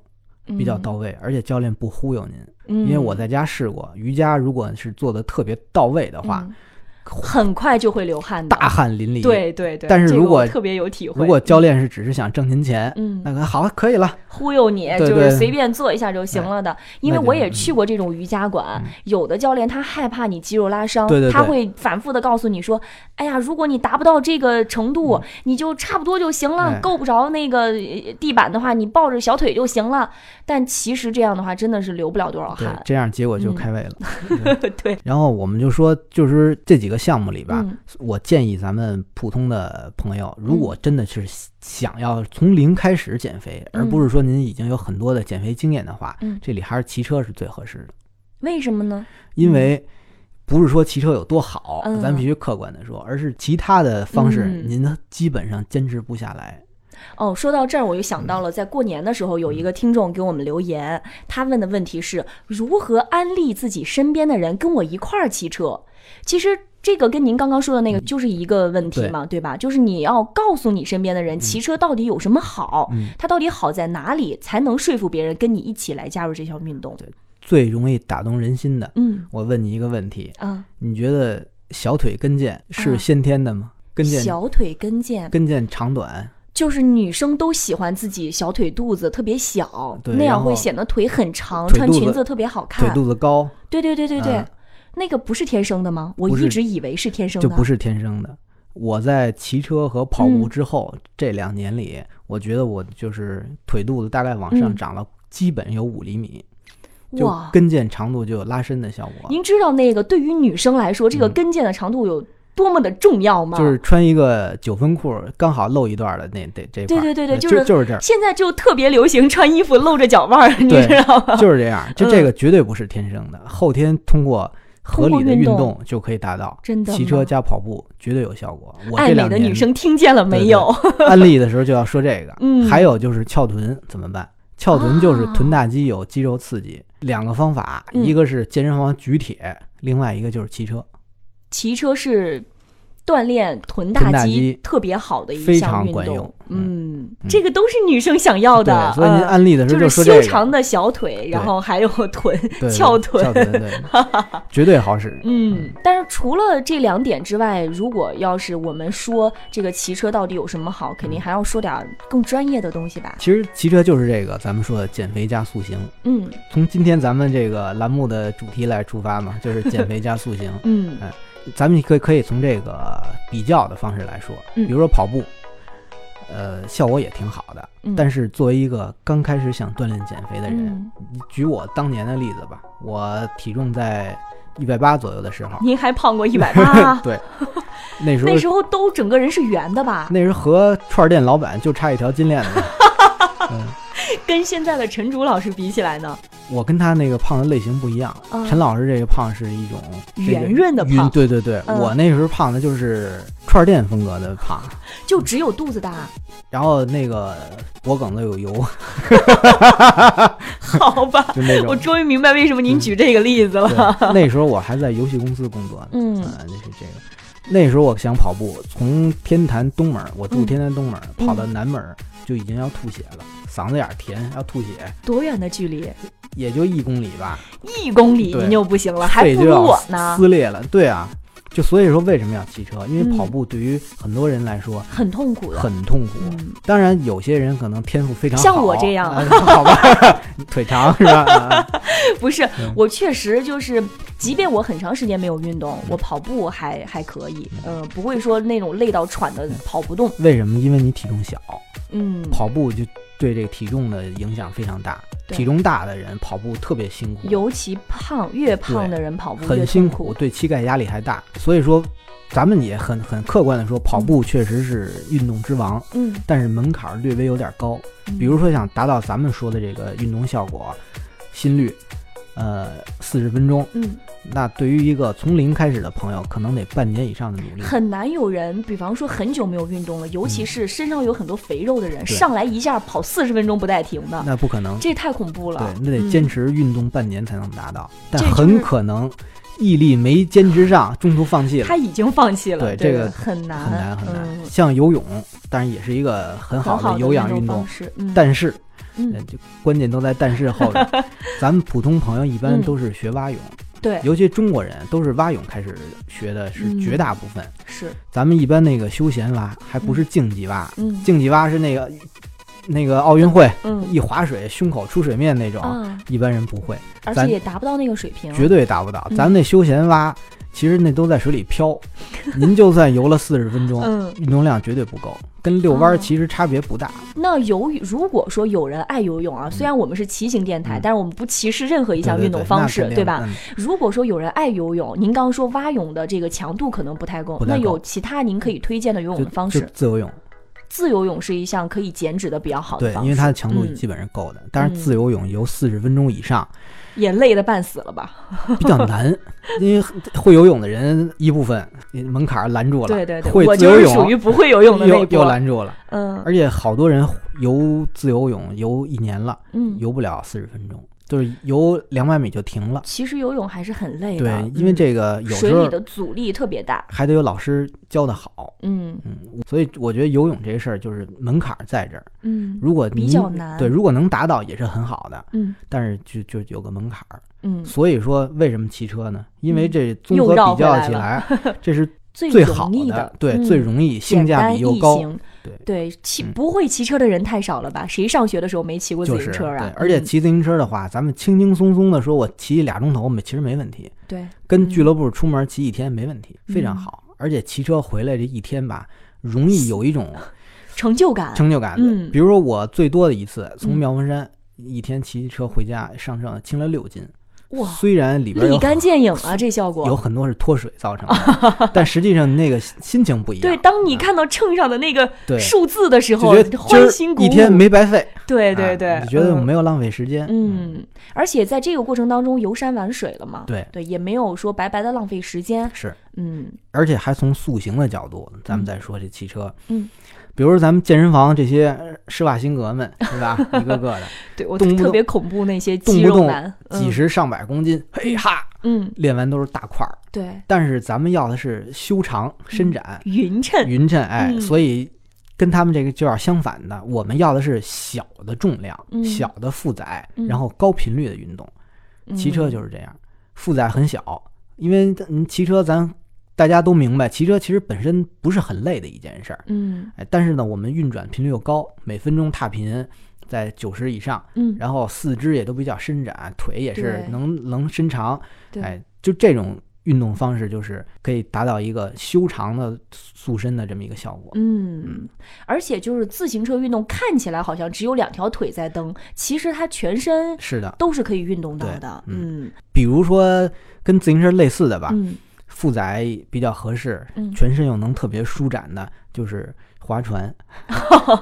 Speaker 2: 嗯
Speaker 3: 比较到，位，而且教练不忽悠您。
Speaker 2: 因
Speaker 3: 因为我在家试过瑜伽，如果是做的特别到位的话，
Speaker 2: 很快就会流汗的。
Speaker 3: 大汗淋漓。，
Speaker 2: 嗯对对对，
Speaker 3: 但是
Speaker 2: 这个
Speaker 3: 如果
Speaker 2: 我特别有体会，
Speaker 3: 如果教练是只是想挣您钱，
Speaker 2: 嗯
Speaker 3: 那个好可以了。
Speaker 2: 忽悠你，
Speaker 3: 对
Speaker 2: 就
Speaker 3: 对哎
Speaker 2: 是随便做一下就行了的。因为
Speaker 3: 那就嗯
Speaker 2: 我也去过这种瑜伽馆，有的教练他害怕你肌肉拉伤，
Speaker 3: 对对对
Speaker 2: 他会反复的告诉你说：“哎呀，如果你达不到这个程度，你就差不多就行了，
Speaker 3: 嗯哎
Speaker 2: 够不着那个呃地板的话，你抱着小腿就行了。”但其实这样的话，真的是流不了多少
Speaker 3: 对
Speaker 2: 汗，。 [LAUGHS]
Speaker 3: 这样结果就
Speaker 2: 嗯
Speaker 3: 开胃了。
Speaker 2: 对，
Speaker 3: 然后我们就说，就是这几个项目里吧，
Speaker 2: 嗯
Speaker 3: 我建议咱们普通的朋友，如果真的是想要从零开始减肥，
Speaker 2: 嗯
Speaker 3: 而不是说您已经有很多的减肥经验的话，
Speaker 2: 嗯
Speaker 3: 这里还是骑车是最合适的，
Speaker 2: 为什么呢？
Speaker 3: 因为。不是说骑车有多好，
Speaker 2: 嗯
Speaker 3: 咱必须客观的说，而是其他的方式
Speaker 2: 嗯
Speaker 3: 您基本上坚持不下来。
Speaker 2: 哦，说到这儿，我又想
Speaker 3: 嗯
Speaker 2: 到了，在过年的时候，有一个听众给我们留言，他问的问题是如何安利自己身边的人跟我一块儿骑车。其实这个跟您刚刚说的那个
Speaker 3: 嗯
Speaker 2: 就是一个问题嘛，对吧？就是你要告诉你身边的人，骑车到底有什么好，
Speaker 3: 嗯
Speaker 2: 它到底好在哪里，才能说服别人跟你一起来加入这项运动。
Speaker 3: 最容易打动人心的，
Speaker 2: 嗯
Speaker 3: 我问你一个问题：
Speaker 2: 啊，
Speaker 3: 你觉得小腿跟腱
Speaker 2: 啊
Speaker 3: 是先天的吗？跟腱
Speaker 2: 小腿跟腱
Speaker 3: 跟腱长短，
Speaker 2: 就是女生都喜欢自己小腿肚子特别小，
Speaker 3: 对
Speaker 2: 那
Speaker 3: 然
Speaker 2: 样
Speaker 3: 后
Speaker 2: 会显得腿很长，
Speaker 3: 腿
Speaker 2: 穿
Speaker 3: 肚
Speaker 2: 裙
Speaker 3: 子
Speaker 2: 子特别好
Speaker 3: 腿
Speaker 2: 看。
Speaker 3: 肚子高
Speaker 2: 对对对对对，
Speaker 3: 嗯
Speaker 2: 那个不是天生的吗？我
Speaker 3: 不
Speaker 2: 一
Speaker 3: 是
Speaker 2: 直以为是天生的，
Speaker 3: 就不是天生的。我在骑车和跑步
Speaker 2: 嗯
Speaker 3: 之后、这两年里，我觉得我就是腿肚子大概往上
Speaker 2: 嗯
Speaker 3: 长了，基本有五厘米，就
Speaker 2: 哇。
Speaker 3: 跟腱长度就有拉伸的效果。
Speaker 2: 您知道那个对于女生来说，这个
Speaker 3: 嗯
Speaker 2: 跟腱的长度有多么的重要吗？
Speaker 3: 就是穿一个九分裤，刚好露一段的那那这块儿，
Speaker 2: 对对对对
Speaker 3: 就
Speaker 2: 就是
Speaker 3: 就
Speaker 2: [LAUGHS]
Speaker 3: 是这儿，
Speaker 2: 现在就特别流行穿衣服露着脚腕儿，你
Speaker 3: 对
Speaker 2: 知道吗？
Speaker 3: [LAUGHS] 就是这样。就这
Speaker 2: 嗯
Speaker 3: 个绝对不是天生的，后天通过合
Speaker 2: 通过
Speaker 3: 理的
Speaker 2: 运
Speaker 3: 运
Speaker 2: 动
Speaker 3: 动就可以达到。
Speaker 2: 真的吗
Speaker 3: 骑车加跑步绝对有效果。我
Speaker 2: 爱
Speaker 3: 这
Speaker 2: 美
Speaker 3: 两
Speaker 2: 的
Speaker 3: 年
Speaker 2: 女
Speaker 3: [LAUGHS]
Speaker 2: 生听见了没有？
Speaker 3: 安利的时候就要说这个。
Speaker 2: 嗯
Speaker 3: 还有就是翘臀怎么办？翘臀就是
Speaker 2: 啊
Speaker 3: 臀大肌有肌肉刺激，两个方法，
Speaker 2: 嗯
Speaker 3: 一个是健身房举铁，另外一个就是骑车，
Speaker 2: 骑车是锻炼臀
Speaker 3: 臀
Speaker 2: 大
Speaker 3: 大
Speaker 2: 肌
Speaker 3: 肌
Speaker 2: 特别好的一
Speaker 3: 非
Speaker 2: 项
Speaker 3: 常
Speaker 2: 运
Speaker 3: 管
Speaker 2: 动
Speaker 3: 用。
Speaker 2: 嗯，
Speaker 3: 嗯
Speaker 2: 这个都是女生想要的。
Speaker 3: 对，所以您
Speaker 2: 嗯
Speaker 3: 安利的时
Speaker 2: 就
Speaker 3: 候
Speaker 2: 是
Speaker 3: 说
Speaker 2: 修
Speaker 3: 这个，
Speaker 2: 长的小腿，然后还有臀 [LAUGHS]
Speaker 3: 对对
Speaker 2: 翘
Speaker 3: 对
Speaker 2: 臀
Speaker 3: 翘。臀对，绝对
Speaker 2: [LAUGHS]
Speaker 3: 好使。
Speaker 2: 嗯，但是除了这两点之外，如果要是我们说这个骑车到底有什么好，肯定还要说点儿更专业的东西吧。
Speaker 3: 其实骑车就是这个咱们说的减肥加塑形。
Speaker 2: 嗯
Speaker 3: 从今天咱们这个栏目的主题来出发
Speaker 2: [LAUGHS]
Speaker 3: 嘛，就是减肥加塑形。
Speaker 2: 嗯
Speaker 3: 咱们可以可以从这个比较的方式来说，
Speaker 2: 嗯
Speaker 3: 比如说跑步，呃，效果也挺好的。
Speaker 2: 嗯
Speaker 3: 但是作为一个刚开始想锻炼减肥的人，
Speaker 2: 嗯，
Speaker 3: 你举我当年的例子吧，我体重在一百八左右的时候，，
Speaker 2: 您还胖过一百八 [LAUGHS]
Speaker 3: [LAUGHS] 对，那时候
Speaker 2: 那时候都整个人是圆的 [LAUGHS] 吧？
Speaker 3: 那时候和串儿店老板就差一条金链子。嗯，
Speaker 2: 跟现在的陈竹老师比起来呢，
Speaker 3: 我跟他那个胖的类型不一样，
Speaker 2: 嗯
Speaker 3: 陈老师这个胖是一种这个
Speaker 2: 圆润的胖
Speaker 3: 匀对对对，
Speaker 2: 嗯
Speaker 3: 我那时候胖的就是串儿店风格的胖，
Speaker 2: 就只有肚子大，
Speaker 3: 然后那个脖梗子有油，
Speaker 2: [LAUGHS]
Speaker 3: [LAUGHS]
Speaker 2: 好吧？
Speaker 3: 就那
Speaker 2: 我
Speaker 3: 种。
Speaker 2: 终于明白为什么您举这个例子了。
Speaker 3: 对，那时候我还在游戏公司工作呢，
Speaker 2: 嗯
Speaker 3: 啊就是这个。那时候我想跑步，从天坛东门，我住
Speaker 2: 嗯
Speaker 3: 天坛东门，
Speaker 2: 嗯
Speaker 3: 跑到南门就已经要吐血了，嗓子眼儿甜，要吐血，
Speaker 2: 多远的距离？
Speaker 3: 也就一公里吧，
Speaker 2: 一公里
Speaker 3: 对
Speaker 2: 您就不行了，还
Speaker 3: 肺
Speaker 2: 不
Speaker 3: 就
Speaker 2: 如
Speaker 3: 要
Speaker 2: 我呢，
Speaker 3: 撕裂了。对啊，就所以说为什么要骑车？因
Speaker 2: 嗯
Speaker 3: 为跑步对于很多人来说
Speaker 2: 很痛苦的。
Speaker 3: 很痛苦。
Speaker 2: 嗯，
Speaker 3: 当然，有些人可能天赋非常好，
Speaker 2: 像我这样
Speaker 3: 啊 [LAUGHS] 好吧，腿长是吧？啊 [LAUGHS]
Speaker 2: 不是
Speaker 3: 嗯，
Speaker 2: 我确实就是，即便我很长时间没有运动，
Speaker 3: 嗯
Speaker 2: 我跑步还还可以，呃，不会说那种累到喘的跑不动。
Speaker 3: 为什么？因为你体重小，
Speaker 2: 嗯，
Speaker 3: 跑步就对这个体重的影响非常大。
Speaker 2: 对
Speaker 3: 体重大的人跑步特别辛苦，
Speaker 2: 尤其胖越胖的人跑步越
Speaker 3: 很
Speaker 2: 痛
Speaker 3: 辛
Speaker 2: 苦
Speaker 3: 苦，。对膝盖压力还大。所以说，咱们也很很客观的说，跑步确实是运动之王，
Speaker 2: 嗯，
Speaker 3: 但是门槛儿略微有点高。
Speaker 2: 嗯
Speaker 3: 比如说想达到咱们说的这个运动效果，心率，呃，四十分钟，
Speaker 2: 嗯，
Speaker 3: 那对于一个从零开始的朋友，可能得半年以上的努力。
Speaker 2: 很难有人，比方说很久没有运动了，尤其是身上有很多肥肉的人，
Speaker 3: 对
Speaker 2: 上来一下跑四十分钟不带停的，
Speaker 3: 那不可能，
Speaker 2: 这太恐怖
Speaker 3: 对
Speaker 2: 了。，
Speaker 3: 那得坚
Speaker 2: 嗯
Speaker 3: 持运动半年才能达到，但
Speaker 2: 这就是
Speaker 3: 很可能毅力没坚持上，中途放弃了
Speaker 2: 他，已经放弃了，
Speaker 3: 对
Speaker 2: 对
Speaker 3: 这个
Speaker 2: 很难
Speaker 3: 很难很难。
Speaker 2: 嗯
Speaker 3: 像游泳，当然也是一个很
Speaker 2: 很
Speaker 3: 好
Speaker 2: 好
Speaker 3: 的有氧
Speaker 2: 运
Speaker 3: 运
Speaker 2: 方
Speaker 3: 动，
Speaker 2: 式，嗯
Speaker 3: 但是呃
Speaker 2: 嗯，
Speaker 3: 就关键都在但是后边。
Speaker 2: [LAUGHS]
Speaker 3: 咱们普通朋友一般
Speaker 2: 嗯
Speaker 3: 都是学蛙泳，
Speaker 2: 对，
Speaker 3: 尤其中国人都是蛙泳开始学的，
Speaker 2: 嗯
Speaker 3: 是绝大部分。
Speaker 2: 是，
Speaker 3: 咱们一般那个休闲蛙还不是竞技蛙，
Speaker 2: 嗯
Speaker 3: 竞技蛙是那个那个奥运会
Speaker 2: 嗯
Speaker 3: 一划水胸口出水面那种，
Speaker 2: 啊，
Speaker 3: 一般人不会，
Speaker 2: 而且
Speaker 3: 咱
Speaker 2: 也达不到那个水平，
Speaker 3: 绝对达不到。
Speaker 2: 嗯
Speaker 3: 咱们那休闲蛙其实那都在水里
Speaker 2: [LAUGHS]
Speaker 3: 漂，您就算游了四十分钟，
Speaker 2: 嗯，
Speaker 3: 运动量绝对不够，跟遛弯
Speaker 2: 哦
Speaker 3: 儿其实差别不大。
Speaker 2: 那游泳如果说有人爱游泳啊，虽然我们是骑行电台，
Speaker 3: 嗯
Speaker 2: 但是我们不歧视任何一
Speaker 3: 一
Speaker 2: 项运动方式，对吧？？
Speaker 3: 嗯
Speaker 2: 如果说有人爱游泳，您刚刚说蛙泳的这个强度可能不太够，
Speaker 3: 不太
Speaker 2: 那
Speaker 3: 够嗯
Speaker 2: 有其他您可以推荐的游泳
Speaker 3: 就
Speaker 2: 的方
Speaker 3: 就
Speaker 2: 式？
Speaker 3: 自由泳，
Speaker 2: 自由泳是一项可以减脂的比较好的
Speaker 3: 对，
Speaker 2: 方式，
Speaker 3: 因为它的强度
Speaker 2: 嗯
Speaker 3: 基本是够的，但是自由泳游四十分钟
Speaker 2: [LAUGHS]
Speaker 3: 以上
Speaker 2: 也累得半死了吧？
Speaker 3: 比较难，因为会游泳的人一部分门槛儿拦住了，
Speaker 2: 对对对，
Speaker 3: 会
Speaker 2: 我
Speaker 3: 自
Speaker 2: 就
Speaker 3: 由
Speaker 2: 是属
Speaker 3: 泳
Speaker 2: 于不会游泳的那
Speaker 3: 又
Speaker 2: 一
Speaker 3: 又
Speaker 2: 波。
Speaker 3: 拦住了，
Speaker 2: 嗯
Speaker 3: 而且好多人游自由泳游一年了，
Speaker 2: 嗯，
Speaker 3: 游不了四十分钟，就是游两百米就停了。
Speaker 2: 其实游泳还是很累的，
Speaker 3: 对，因为
Speaker 2: 嗯
Speaker 3: 这个有
Speaker 2: 水
Speaker 3: 时
Speaker 2: 里
Speaker 3: 候
Speaker 2: 的阻力特别大。
Speaker 3: 还得有老师教的好，
Speaker 2: 嗯
Speaker 3: 嗯，所以我觉得游泳这事儿就是门槛儿在这儿。
Speaker 2: 嗯
Speaker 3: 如果
Speaker 2: 比
Speaker 3: 您
Speaker 2: 较难
Speaker 3: 对，如果能达到也是很好的，
Speaker 2: 嗯
Speaker 3: 但是就就有个门槛儿。
Speaker 2: 嗯，
Speaker 3: 所以说，为什么骑车呢？因为
Speaker 2: 嗯
Speaker 3: 这综
Speaker 2: 又
Speaker 3: 合
Speaker 2: 绕
Speaker 3: 比
Speaker 2: 回
Speaker 3: 较
Speaker 2: 来
Speaker 3: 起
Speaker 2: 了
Speaker 3: 来，这是
Speaker 2: [LAUGHS] 最
Speaker 3: 最
Speaker 2: 容
Speaker 3: 好
Speaker 2: 易
Speaker 3: 对，
Speaker 2: 嗯
Speaker 3: 最容易，性
Speaker 2: 简
Speaker 3: 价
Speaker 2: 单
Speaker 3: 比又
Speaker 2: 易
Speaker 3: 高，
Speaker 2: 行
Speaker 3: 对
Speaker 2: 对，骑
Speaker 3: 嗯
Speaker 2: 不会骑车的人太少了吧？谁上学的时候没骑过自
Speaker 3: 就
Speaker 2: 行
Speaker 3: 是
Speaker 2: 车啊
Speaker 3: 对。？而且
Speaker 2: 嗯
Speaker 3: 骑自行车的话，咱们轻轻松松的说，我骑俩钟头，没其实没问题，
Speaker 2: 对，
Speaker 3: 跟
Speaker 2: 嗯
Speaker 3: 俱乐部出门骑一天没问题，非常
Speaker 2: 嗯
Speaker 3: 好。而且骑车回来这一天吧，容易有一种
Speaker 2: [LAUGHS] 成就感，
Speaker 3: 成就感。
Speaker 2: 嗯
Speaker 3: 比如说我最多的一次，从
Speaker 2: 嗯
Speaker 3: 妙峰山一天骑车回家，上秤轻了六斤。
Speaker 2: 哇，
Speaker 3: 虽然里边
Speaker 2: 立
Speaker 3: 有
Speaker 2: 竿见影啊，这效果
Speaker 3: 有。很多是脱水造成
Speaker 2: [LAUGHS]
Speaker 3: 的，但实际上那个心心情不一样。
Speaker 2: 对，当你
Speaker 3: 嗯
Speaker 2: 看到秤上的那个
Speaker 3: 对
Speaker 2: 数字的时
Speaker 3: 就
Speaker 2: 候
Speaker 3: 觉得，今
Speaker 2: 欢欣
Speaker 3: 儿
Speaker 2: 鼓舞。
Speaker 3: 一天没白费。
Speaker 2: 对
Speaker 3: 啊
Speaker 2: 对对，
Speaker 3: 你觉得我
Speaker 2: 嗯
Speaker 3: 没有浪费时间？
Speaker 2: 嗯，而且在这个过程当中游山玩水了嘛，
Speaker 3: 对
Speaker 2: 对，也没有说白白的浪费时间，
Speaker 3: 是，
Speaker 2: 嗯
Speaker 3: 而且还从塑形的角度，咱们
Speaker 2: 嗯
Speaker 3: 再说这骑车。
Speaker 2: 嗯，
Speaker 3: 比如咱们健身房这些呃施瓦辛
Speaker 2: [LAUGHS]
Speaker 3: 格们，是吧？一个个的，
Speaker 2: 对我
Speaker 3: 动不
Speaker 2: 特
Speaker 3: 动
Speaker 2: 别恐怖那些肌
Speaker 3: 动不
Speaker 2: 肉
Speaker 3: 动
Speaker 2: 男，
Speaker 3: 几十上百公斤，嘿哈，
Speaker 2: 嗯，嗯，
Speaker 3: 练完都是大块儿。
Speaker 2: 对，
Speaker 3: 但是咱们要的是修长、伸展、
Speaker 2: 匀称，
Speaker 3: 匀称，哎，
Speaker 2: 嗯
Speaker 3: 所以跟他们这个就要相反的，我们要的是小的重量、
Speaker 2: 嗯
Speaker 3: 小的负载，
Speaker 2: 嗯，
Speaker 3: 然后高频率的运动。骑车就是
Speaker 2: 嗯
Speaker 3: 是这样，负载很小，因为嗯，骑车咱大家都明白，骑车其实本身不是很累的一件事儿，
Speaker 2: 嗯
Speaker 3: 哎，但是呢，我们运转频率又高，每分钟踏频在九十以上，
Speaker 2: 嗯，
Speaker 3: 然后四肢也都比较伸展，腿也是
Speaker 2: 对
Speaker 3: 能能伸长，
Speaker 2: 对，
Speaker 3: 哎，就这种运动方式就是可以达到一个修长的塑身的这么一个效果。
Speaker 2: 嗯，而且就是自行车运动看起来好像只有两条腿在蹬，其实它全身
Speaker 3: 是的，
Speaker 2: 都是可以运动到
Speaker 3: 对
Speaker 2: 的，嗯
Speaker 3: 嗯比如说跟自行车类似的吧，
Speaker 2: 嗯
Speaker 3: 负载比较合适，
Speaker 2: 嗯
Speaker 3: 全身又能特别舒展的，就是划船。
Speaker 2: [LAUGHS]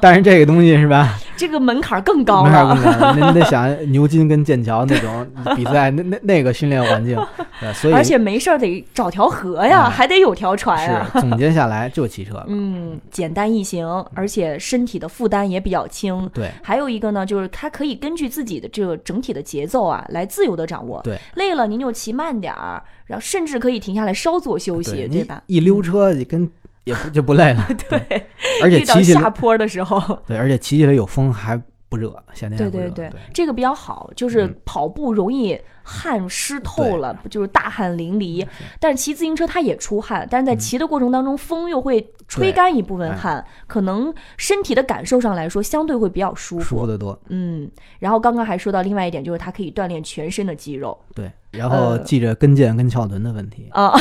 Speaker 3: 但是这个东西是吧，
Speaker 2: 这个门槛儿更高
Speaker 3: 没法
Speaker 2: 了，
Speaker 3: 跟咱，您得想牛津跟剑桥那
Speaker 2: [LAUGHS]
Speaker 3: 种比赛，那那那个训练环境，对所以
Speaker 2: 而且没事儿得找条河呀，
Speaker 3: 嗯
Speaker 2: 还得有条船呀。
Speaker 3: 是总结下来就骑车了。
Speaker 2: 嗯，简单易行，而且身体的负担也比较轻。
Speaker 3: 对，
Speaker 2: 还有一个呢，就是它可以根据自己的这个整体的节奏啊，来自由的掌握。
Speaker 3: 对，
Speaker 2: 累了您就骑慢点儿，然后甚至可以停下来稍作休息，
Speaker 3: 对
Speaker 2: 对
Speaker 3: 你
Speaker 2: 吧？嗯
Speaker 3: 一溜车也跟也不就不累
Speaker 2: [LAUGHS]
Speaker 3: 了，
Speaker 2: 对，
Speaker 3: 而且
Speaker 2: 遇到
Speaker 3: 骑起
Speaker 2: 下
Speaker 3: 来
Speaker 2: 坡的时
Speaker 3: [LAUGHS]
Speaker 2: 候，
Speaker 3: 对，而且骑起来有风还不热，夏天还
Speaker 2: 对
Speaker 3: 哎不热
Speaker 2: 对对
Speaker 3: 对，
Speaker 2: 这个比较好，就是
Speaker 3: 嗯
Speaker 2: 跑步容易汗湿透
Speaker 3: 对嗯
Speaker 2: 了，就是大汗淋漓。但是骑自行车它也出汗，但是在骑的过程当中，风又会吹
Speaker 3: 对
Speaker 2: 干一部分
Speaker 3: 哎
Speaker 2: 汗，可能身体的感受上来说，相对会比较舒
Speaker 3: 舒
Speaker 2: 服
Speaker 3: 服。得多。
Speaker 2: 嗯，然后刚刚还说到另外一点，就是它可以锻炼全身的肌肉
Speaker 3: 对，然后
Speaker 2: 呃
Speaker 3: 记着跟腱跟翘臀的问题。 [LAUGHS]
Speaker 2: 啊，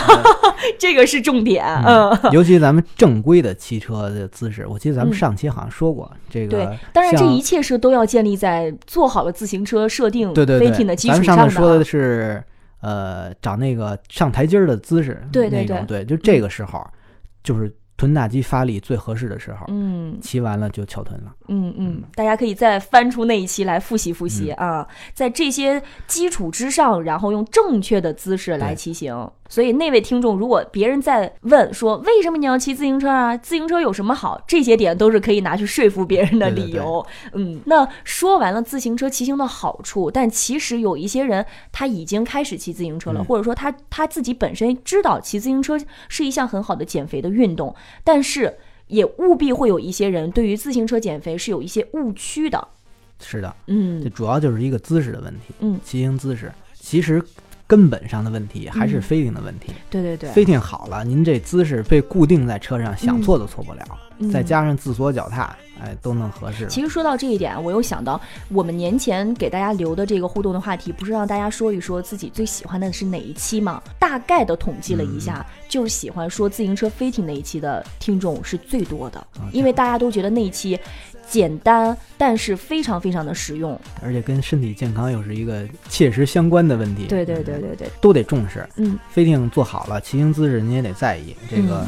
Speaker 2: 这个是重点。嗯，
Speaker 3: 嗯，
Speaker 2: [LAUGHS]
Speaker 3: 尤其咱们正规的骑车的姿势，我记得咱们
Speaker 2: 嗯
Speaker 3: 上期好像说过这个
Speaker 2: 对
Speaker 3: 像。
Speaker 2: 当然这一切是都要建立在做好了自行车设定
Speaker 3: 对对
Speaker 2: fitting 的
Speaker 3: 对，
Speaker 2: 基
Speaker 3: 咱
Speaker 2: 础
Speaker 3: 们
Speaker 2: 上
Speaker 3: 上
Speaker 2: 的
Speaker 3: 面说的
Speaker 2: 啊。
Speaker 3: 是呃找那个上台阶儿的姿势，
Speaker 2: 对对嗯
Speaker 3: 那种对，就这个时候就是臀大肌发力最合适的时候，
Speaker 2: 嗯
Speaker 3: 骑完了就翘臀了。
Speaker 2: 嗯嗯，大家可以再翻出那一期来复习复习啊，在这些基础之上，然后用正确的姿势来
Speaker 3: 对
Speaker 2: 骑行。所以那位听众，如果别人在问说为什么你要骑自行车啊，自行车有什么好，这些点都是可以拿去说服别人的
Speaker 3: 对对
Speaker 2: 理由。嗯，那说完了自行车骑行的好处，但其实有一些人他已经开始骑自行车了，
Speaker 3: 嗯
Speaker 2: 或者说他他自己本身知道骑自行车是一项很好的减肥的运动，但是也务必会有一些人对于自行车减肥是有一些误区的。
Speaker 3: 是的，这
Speaker 2: 嗯
Speaker 3: 主要就是一个姿势的问题，
Speaker 2: 嗯，
Speaker 3: 骑行姿势其实。根本上的问题还是
Speaker 2: 嗯
Speaker 3: 飞定的问题，
Speaker 2: 对对对，
Speaker 3: 飞定好了，您这姿势被固定在车上，想
Speaker 2: 嗯
Speaker 3: 错都错不了，
Speaker 2: 嗯
Speaker 3: 再加上自锁脚踏，哎，都能合适了。
Speaker 2: 其实说到这一点，啊我又想到我们年前给大家留的这个互动的话题，不是让大家说一说自己最喜欢的是哪一期吗？大概的统计了一下，
Speaker 3: 嗯
Speaker 2: 就是喜欢说自行车飞艇那一期的听众是最多的，
Speaker 3: 啊嗯
Speaker 2: 因为大家都觉得那一期简单，但是非常非常的实用。
Speaker 3: 而且跟身体健康又是一个切实相关的问题。嗯
Speaker 2: 对对对，对对，
Speaker 3: 都得重视。
Speaker 2: 嗯
Speaker 3: 飞定做好了，骑行姿势您也得在意。这个
Speaker 2: 嗯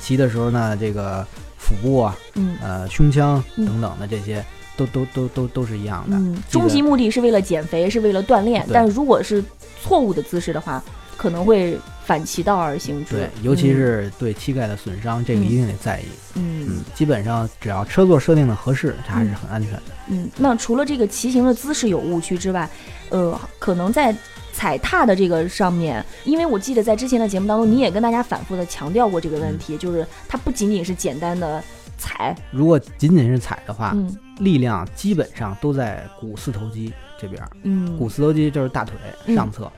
Speaker 3: 骑的时候呢，这个腹部啊、
Speaker 2: 嗯
Speaker 3: 呃胸腔
Speaker 2: 嗯
Speaker 3: 等等的这些，都都都都都是一样的。
Speaker 2: 嗯，
Speaker 3: 记得
Speaker 2: 终极目的是为了减肥，是为了锻炼，
Speaker 3: 对
Speaker 2: 但如果是错误的姿势的话，可能会反其道而行之。
Speaker 3: 对，尤其
Speaker 2: 嗯
Speaker 3: 是对膝盖的损伤，这个
Speaker 2: 嗯
Speaker 3: 一定得在意。
Speaker 2: 嗯
Speaker 3: 基本上只要车座设定的合适，它还是很安全的。
Speaker 2: 嗯，那除了这个骑行的姿势有误区之外，呃，可能在踩踏的这个上面，因为我记得在之前的节目当中，你也跟大家反复的强调过这个
Speaker 3: 嗯
Speaker 2: 问题，就是它不仅仅是简单的踩，
Speaker 3: 如果仅仅是踩的话，
Speaker 2: 嗯
Speaker 3: 力量基本上都在股四头肌这边儿。
Speaker 2: 嗯，
Speaker 3: 股四头肌就是大腿上侧，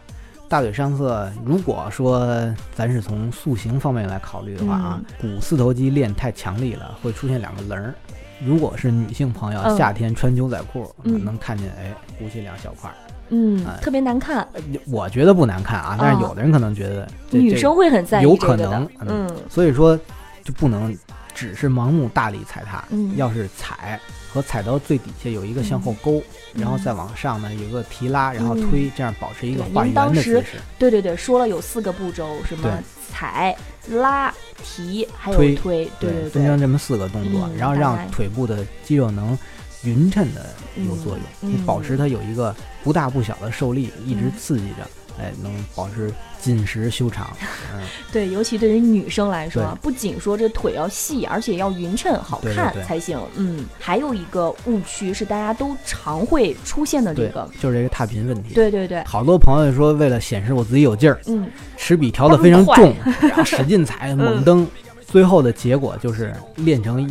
Speaker 3: 大腿上侧。如果说咱是从塑形方面来考虑的话啊，
Speaker 2: 嗯
Speaker 3: 股四头肌练太强力了，会出现两个棱儿。如果是女性朋友，
Speaker 2: 嗯
Speaker 3: 夏天穿牛仔裤，
Speaker 2: 嗯
Speaker 3: 能看见哎，鼓起两小块儿。
Speaker 2: 嗯
Speaker 3: 哎
Speaker 2: 特别难看，
Speaker 3: 呃我觉得不难看啊，但是
Speaker 2: 哦
Speaker 3: 有的人可能觉得这
Speaker 2: 女
Speaker 3: 这
Speaker 2: 生会很在意
Speaker 3: 有
Speaker 2: 这个
Speaker 3: 可
Speaker 2: 的，
Speaker 3: 能，嗯，
Speaker 2: 嗯
Speaker 3: 所以说就不能只是盲目大力踩踏，
Speaker 2: 嗯，
Speaker 3: 要是踩和踩到最底下有一个向后勾，然后再往上呢有一个提拉，然后推，这样保持一个
Speaker 2: 嗯对
Speaker 3: 画圆
Speaker 2: 您当
Speaker 3: 的
Speaker 2: 时
Speaker 3: 姿势。
Speaker 2: 对对对，说了有四个步骤，什么
Speaker 3: 对
Speaker 2: 踩、拉、提，还有
Speaker 3: 推
Speaker 2: 推，对对
Speaker 3: 分成这么四个动作，
Speaker 2: 嗯
Speaker 3: 然后
Speaker 2: 大
Speaker 3: 让
Speaker 2: 概
Speaker 3: 腿部的肌肉能匀称的有作用，
Speaker 2: 嗯
Speaker 3: 你
Speaker 2: 嗯
Speaker 3: 保持它有一个不大不小的受力，一直
Speaker 2: 嗯
Speaker 3: 刺激着。哎，能保持紧实修长，嗯，
Speaker 2: 对，尤其对于女生来说啊
Speaker 3: 对，
Speaker 2: 不仅说这腿要细，而且要匀称、好
Speaker 3: 对对
Speaker 2: 看
Speaker 3: 对
Speaker 2: 才行。嗯，还有一个误区是大家都常会出现 [LAUGHS] 的这
Speaker 3: 对
Speaker 2: 个，，
Speaker 3: 就是这个踏频问题。，
Speaker 2: 对对对，
Speaker 3: 好多朋友说为了显示我自己有劲儿，
Speaker 2: 嗯，
Speaker 3: 持笔调的非常重
Speaker 2: 蹦，
Speaker 3: 然后使劲
Speaker 2: [LAUGHS]
Speaker 3: 踩
Speaker 2: 嗯
Speaker 3: 猛蹬，最后的结果就是练成一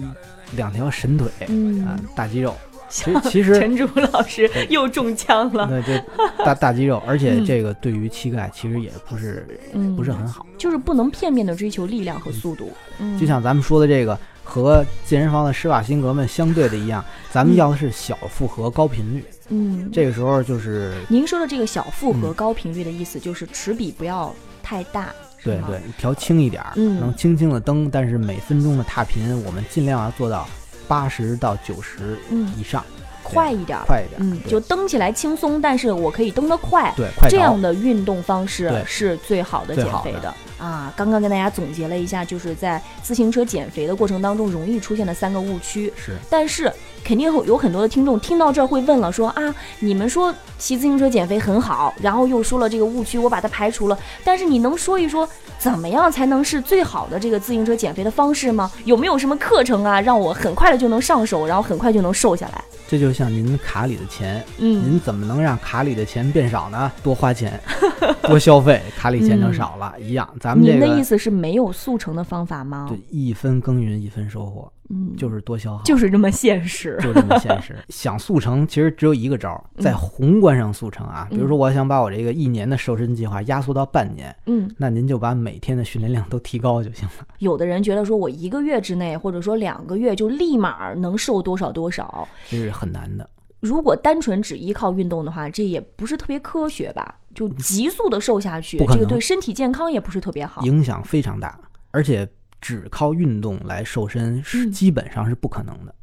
Speaker 3: 两条神腿
Speaker 2: 嗯
Speaker 3: 啊、大肌
Speaker 2: [LAUGHS]
Speaker 3: 肉。其实其实
Speaker 2: 陈竹老师又中枪了，
Speaker 3: 那这大大肌肉，而且这个对于膝盖其实也不是
Speaker 2: 嗯，
Speaker 3: 不是，很好。
Speaker 2: 就是不能片面的追求力量和速度，嗯，
Speaker 3: 就像咱们说的这个和健身房的施瓦辛格们相对的一样，咱们要的是小负荷高频率，
Speaker 2: 嗯，
Speaker 3: 这个时候就是
Speaker 2: 您说的这个小负荷
Speaker 3: 嗯
Speaker 2: 高频率的意思，就是持笔不要太大，是
Speaker 3: 对
Speaker 2: 吗
Speaker 3: 对，调轻一点儿，
Speaker 2: 嗯
Speaker 3: 能轻轻的蹬，但是每分钟的踏频我们尽量要做到八十到九十
Speaker 2: 嗯，
Speaker 3: 以上，
Speaker 2: 快一点儿，
Speaker 3: 快一点儿，
Speaker 2: 嗯，
Speaker 3: 对
Speaker 2: 就蹬起来轻松，但是我可以蹬得快，
Speaker 3: 对快
Speaker 2: 这
Speaker 3: 刀
Speaker 2: 样的运动方式
Speaker 3: 对
Speaker 2: 是最好的
Speaker 3: 最
Speaker 2: 减
Speaker 3: 好
Speaker 2: 肥
Speaker 3: 的
Speaker 2: 的啊。刚刚跟大家总结了一下，就是在自行车减肥的过程当中容易出现的三个误区，
Speaker 3: 是
Speaker 2: 但是肯定有有很多的听众听到这儿会问了说，啊，你们说骑自行车减肥很好，然后又说了这个误区，我把它排除了。但是你能说一说怎么样才能是最好的这个自行车减肥的方式吗？有没有什么课程啊，让我很快的就能上手，然后很快就能瘦下来？
Speaker 3: 这就像您卡里的钱，
Speaker 2: 嗯
Speaker 3: 您怎么能让卡里的钱变少呢？多花钱， [LAUGHS] 多消费，卡里钱就少了，一样。咱们这
Speaker 2: 嗯您的意
Speaker 3: 个
Speaker 2: 思是没有速成的方法吗？
Speaker 3: 对一分耕耘一分收获，
Speaker 2: 嗯，
Speaker 3: 就是多消耗，
Speaker 2: 就是这么现实。
Speaker 3: 就这么现实。 [LAUGHS] 想速成，其实只有一个招儿，在宏观上速成
Speaker 2: 嗯
Speaker 3: 啊。比如说，我想把我这个一年的瘦身计划压缩到半年，
Speaker 2: 嗯，
Speaker 3: 那您就把每天的训练量都提高就行
Speaker 2: [LAUGHS]
Speaker 3: 了。
Speaker 2: 有的人觉得说我一个月之内，或者说两个月就立马能瘦多少多少。
Speaker 3: 这是很难的，
Speaker 2: 如果单纯只依靠运动的话，这也不是特别科学吧？就急速的瘦下去，
Speaker 3: 嗯不可
Speaker 2: 这
Speaker 3: 能
Speaker 2: 个对身体健康也不是特别好。
Speaker 3: 影响非常大，而且只靠运动来瘦身是
Speaker 2: 嗯
Speaker 3: 基本上是不可能的，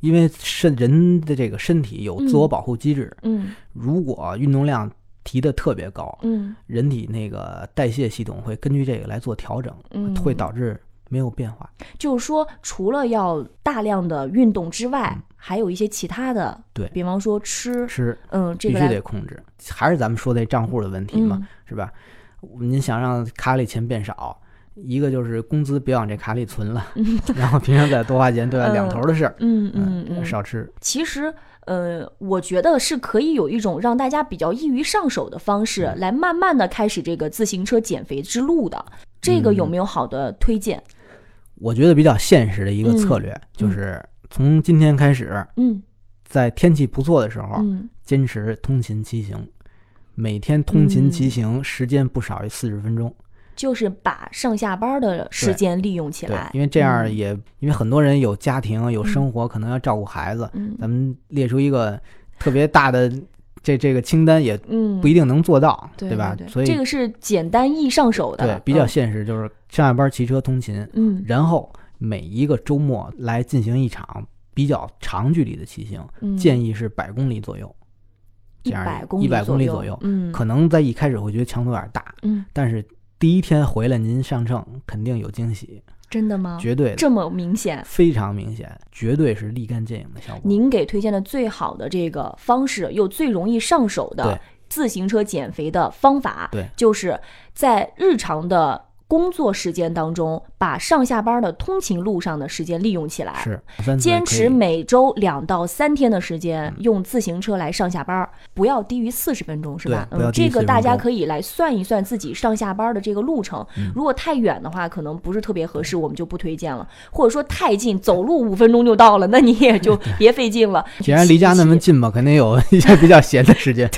Speaker 3: 因为身人的这个身体有自我
Speaker 2: 嗯
Speaker 3: 保护机制，
Speaker 2: 嗯
Speaker 3: 如果运动量提的特别高，
Speaker 2: 嗯
Speaker 3: 人体那个代谢系统会根据这个来做调整，
Speaker 2: 嗯，
Speaker 3: 会导致没有变化。
Speaker 2: 就是说，除了要大量的运动之外，还有一些其他的，
Speaker 3: 嗯对
Speaker 2: 比方说吃，
Speaker 3: 吃
Speaker 2: 嗯，这
Speaker 3: 必
Speaker 2: 个
Speaker 3: 须
Speaker 2: 来
Speaker 3: 得控制，还是咱们说那账户的问题嘛，
Speaker 2: 嗯
Speaker 3: 是吧？您想让卡里钱变少。一个就是工资别往这卡里存了， [LAUGHS] 然后平常再多花钱，对吧？
Speaker 2: 嗯
Speaker 3: 两头的事儿，
Speaker 2: 嗯嗯嗯，
Speaker 3: 少吃，
Speaker 2: 其实，呃，我觉得是可以有一种让大家比较易于上手的方式，
Speaker 3: 嗯
Speaker 2: 来慢慢的开始这个自行车减肥之路的。这个有
Speaker 3: 嗯
Speaker 2: 没有好的推荐？
Speaker 3: 我觉得比较现实的一个策略、就是从今天开始，
Speaker 2: 嗯
Speaker 3: 在天气不错的时候，
Speaker 2: 嗯
Speaker 3: 坚持通勤骑行，每天通勤骑
Speaker 2: 嗯
Speaker 3: 行时间不少于四十分钟。
Speaker 2: 就是把上下班的时间利用起
Speaker 3: 对
Speaker 2: 来，，
Speaker 3: 因为这样
Speaker 2: 嗯
Speaker 3: 也、因为很多人有家庭有
Speaker 2: 嗯
Speaker 3: 生活，可能要照顾孩子，
Speaker 2: 嗯
Speaker 3: 咱们列出一个特别大的这这个清单也
Speaker 2: 嗯
Speaker 3: 不一定能做到，
Speaker 2: 对
Speaker 3: 吧？
Speaker 2: 对
Speaker 3: 所以
Speaker 2: 这个是简单易上手的，
Speaker 3: 对比较
Speaker 2: 嗯
Speaker 3: 现实，就是上下班骑车通勤，
Speaker 2: 嗯
Speaker 3: 然后每一个周末来进行一场比较长距离的骑行，
Speaker 2: 嗯
Speaker 3: 建议是百公里左右，这
Speaker 2: 一
Speaker 3: 样
Speaker 2: 百公
Speaker 3: 一百公里左
Speaker 2: 左
Speaker 3: 右。
Speaker 2: 嗯，
Speaker 3: 可能在一开始会觉得强度有点大，
Speaker 2: 嗯
Speaker 3: 但是第一天回来您上秤肯定有惊喜，
Speaker 2: 真的吗？
Speaker 3: 绝对的
Speaker 2: 啊这么明显？
Speaker 3: 非常明显，绝对是立竿见影的效果。
Speaker 2: 您给推荐的最好的这个方式，又最容易上手的
Speaker 3: 对
Speaker 2: 自行车减肥的方法，
Speaker 3: 对
Speaker 2: 就是在日常的工作时间当中，把上下班的通勤路上的时间利用起来，
Speaker 3: 是三次
Speaker 2: 坚
Speaker 3: 可
Speaker 2: 持
Speaker 3: 以嗯
Speaker 2: 每周两到三天的时间用自行车来上下班儿，不要低于四十分钟，是吧？
Speaker 3: 对
Speaker 2: 嗯
Speaker 3: 不要，低于
Speaker 2: 这个
Speaker 3: 40
Speaker 2: 大家
Speaker 3: 分钟
Speaker 2: 可以来算一算自己上下班的这个路程。
Speaker 3: 嗯
Speaker 2: 如果太远的话，可能不是特别合适，我们就不推荐了；或者说太近，走路五分钟就到了，那你也
Speaker 3: [LAUGHS]
Speaker 2: 就别费劲了。
Speaker 3: 既然离家那么
Speaker 2: 一起，
Speaker 3: 近吧，肯
Speaker 2: [LAUGHS]
Speaker 3: 定有一些比较闲的时间。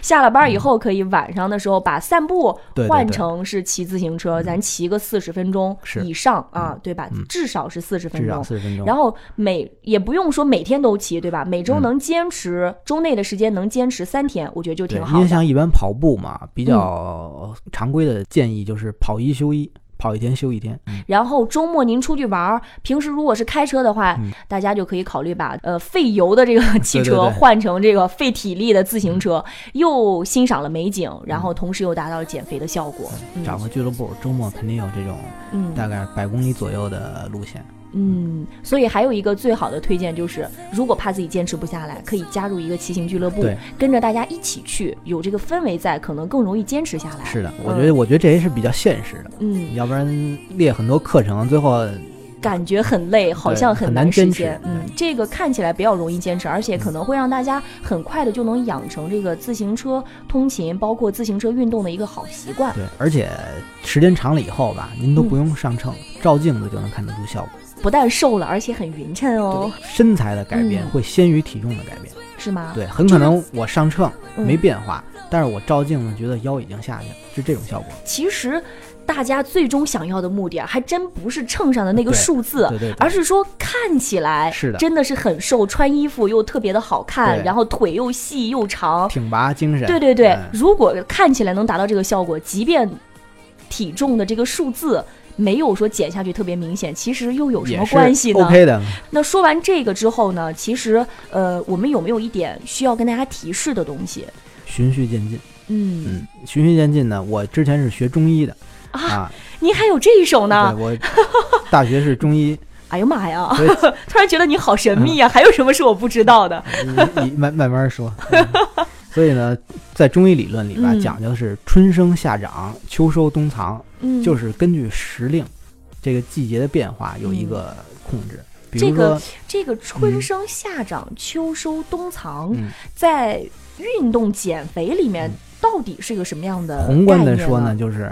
Speaker 2: 下了班以后可以晚上的时候把散步
Speaker 3: 嗯对对
Speaker 2: 换
Speaker 3: 对
Speaker 2: 成是骑自行车，咱骑个四十分钟
Speaker 3: 是嗯
Speaker 2: 以上啊，对吧？至少是四十分
Speaker 3: 至少
Speaker 2: 钟。
Speaker 3: 四十分钟。
Speaker 2: 然后每也不用说每天都骑，对吧？
Speaker 3: 嗯
Speaker 2: 每周能坚持、周内的时间能坚持三天，我觉得就
Speaker 3: 对
Speaker 2: 挺，
Speaker 3: 因
Speaker 2: 好
Speaker 3: 为
Speaker 2: 的。嗯
Speaker 3: 像一般跑步嘛，比较常规的建议就是跑一休一，跑一天休一天。
Speaker 2: 然后周末您出去玩儿，平时如果是开车的话，大家就可以考虑把呃费油的这个汽
Speaker 3: 嗯对
Speaker 2: 车
Speaker 3: 对嗯
Speaker 2: 换成这个费体力的自行车，又欣赏了美景，然后同时又达到了减肥的效果。
Speaker 3: 找个俱乐部，周末肯定有这种
Speaker 2: 嗯
Speaker 3: 大概百公里左右的路线。
Speaker 2: 嗯，所以还有一个最好的推荐就是，如果怕自己坚持不下来，可以加入一个骑行俱乐部
Speaker 3: 对，
Speaker 2: 跟着大家一起去，有这个氛围在，可能更容易坚持下来。
Speaker 3: 是的，我觉得我觉得这也是比较现实的，
Speaker 2: 嗯。
Speaker 3: 要不然列很多课程，最后
Speaker 2: 感觉很累，好像很难实现。
Speaker 3: 很难坚持嗯
Speaker 2: 嗯，这个看起来比较容易坚持，而且可能会让大家很快的就能养成这个自行车通勤，包括自行车运动的一个好习惯。
Speaker 3: 对，而且时间长了以后吧，您
Speaker 2: 嗯
Speaker 3: 都不用上秤，照镜子就能看得出效果。
Speaker 2: 不但瘦了，而且很匀称哦，
Speaker 3: 身材的改变
Speaker 2: 嗯
Speaker 3: 会先于体重的改变。
Speaker 2: 啊是吗？
Speaker 3: 对，很可能我上秤
Speaker 2: 嗯
Speaker 3: 没变化，但是我照镜子觉得腰已经下去了，是这种效果。
Speaker 2: 其实，大家最终想要的目的啊，还真不是秤上的那个
Speaker 3: 对
Speaker 2: 数字，
Speaker 3: 对对对
Speaker 2: 而是说看起来
Speaker 3: 是的
Speaker 2: 真的是很瘦，穿衣服又特别的好看，
Speaker 3: 对
Speaker 2: 然后腿又细又长，
Speaker 3: 挺拔精神。
Speaker 2: 对对对
Speaker 3: 嗯，
Speaker 2: 如果看起来能达到这个效果，即便体重的这个数字没有说减下去特别明显，其实又有什么
Speaker 3: 也是
Speaker 2: 关系呢
Speaker 3: OK 的，
Speaker 2: 那说完这个之后呢，其实呃，我们有没有一点需要跟大家提示的东西？
Speaker 3: 循序渐进。
Speaker 2: 嗯，
Speaker 3: 嗯，循序渐进呢，我之前是学中医的
Speaker 2: 啊
Speaker 3: 啊，
Speaker 2: 您还有这一手呢？ [LAUGHS]
Speaker 3: 对我大学是中医，
Speaker 2: 哎呀妈呀！
Speaker 3: 所以
Speaker 2: [LAUGHS] 突然觉得你好神秘
Speaker 3: 嗯
Speaker 2: 啊，还有什么是我不知道的？
Speaker 3: 你你慢慢
Speaker 2: [LAUGHS]
Speaker 3: 慢说。嗯所以呢，在中医理论里边
Speaker 2: 嗯
Speaker 3: 讲究是春生夏长，秋收冬藏，
Speaker 2: 嗯，
Speaker 3: 就是根据时令，这个季节的变化有一个控制。比
Speaker 2: 嗯这
Speaker 3: 如
Speaker 2: 个
Speaker 3: 说，
Speaker 2: 这个春
Speaker 3: 嗯
Speaker 2: 生夏长、秋收冬藏，
Speaker 3: 嗯
Speaker 2: 在运动减肥里面到底是一个什么样的
Speaker 3: 宏观的
Speaker 2: 概念
Speaker 3: 说呢，？就是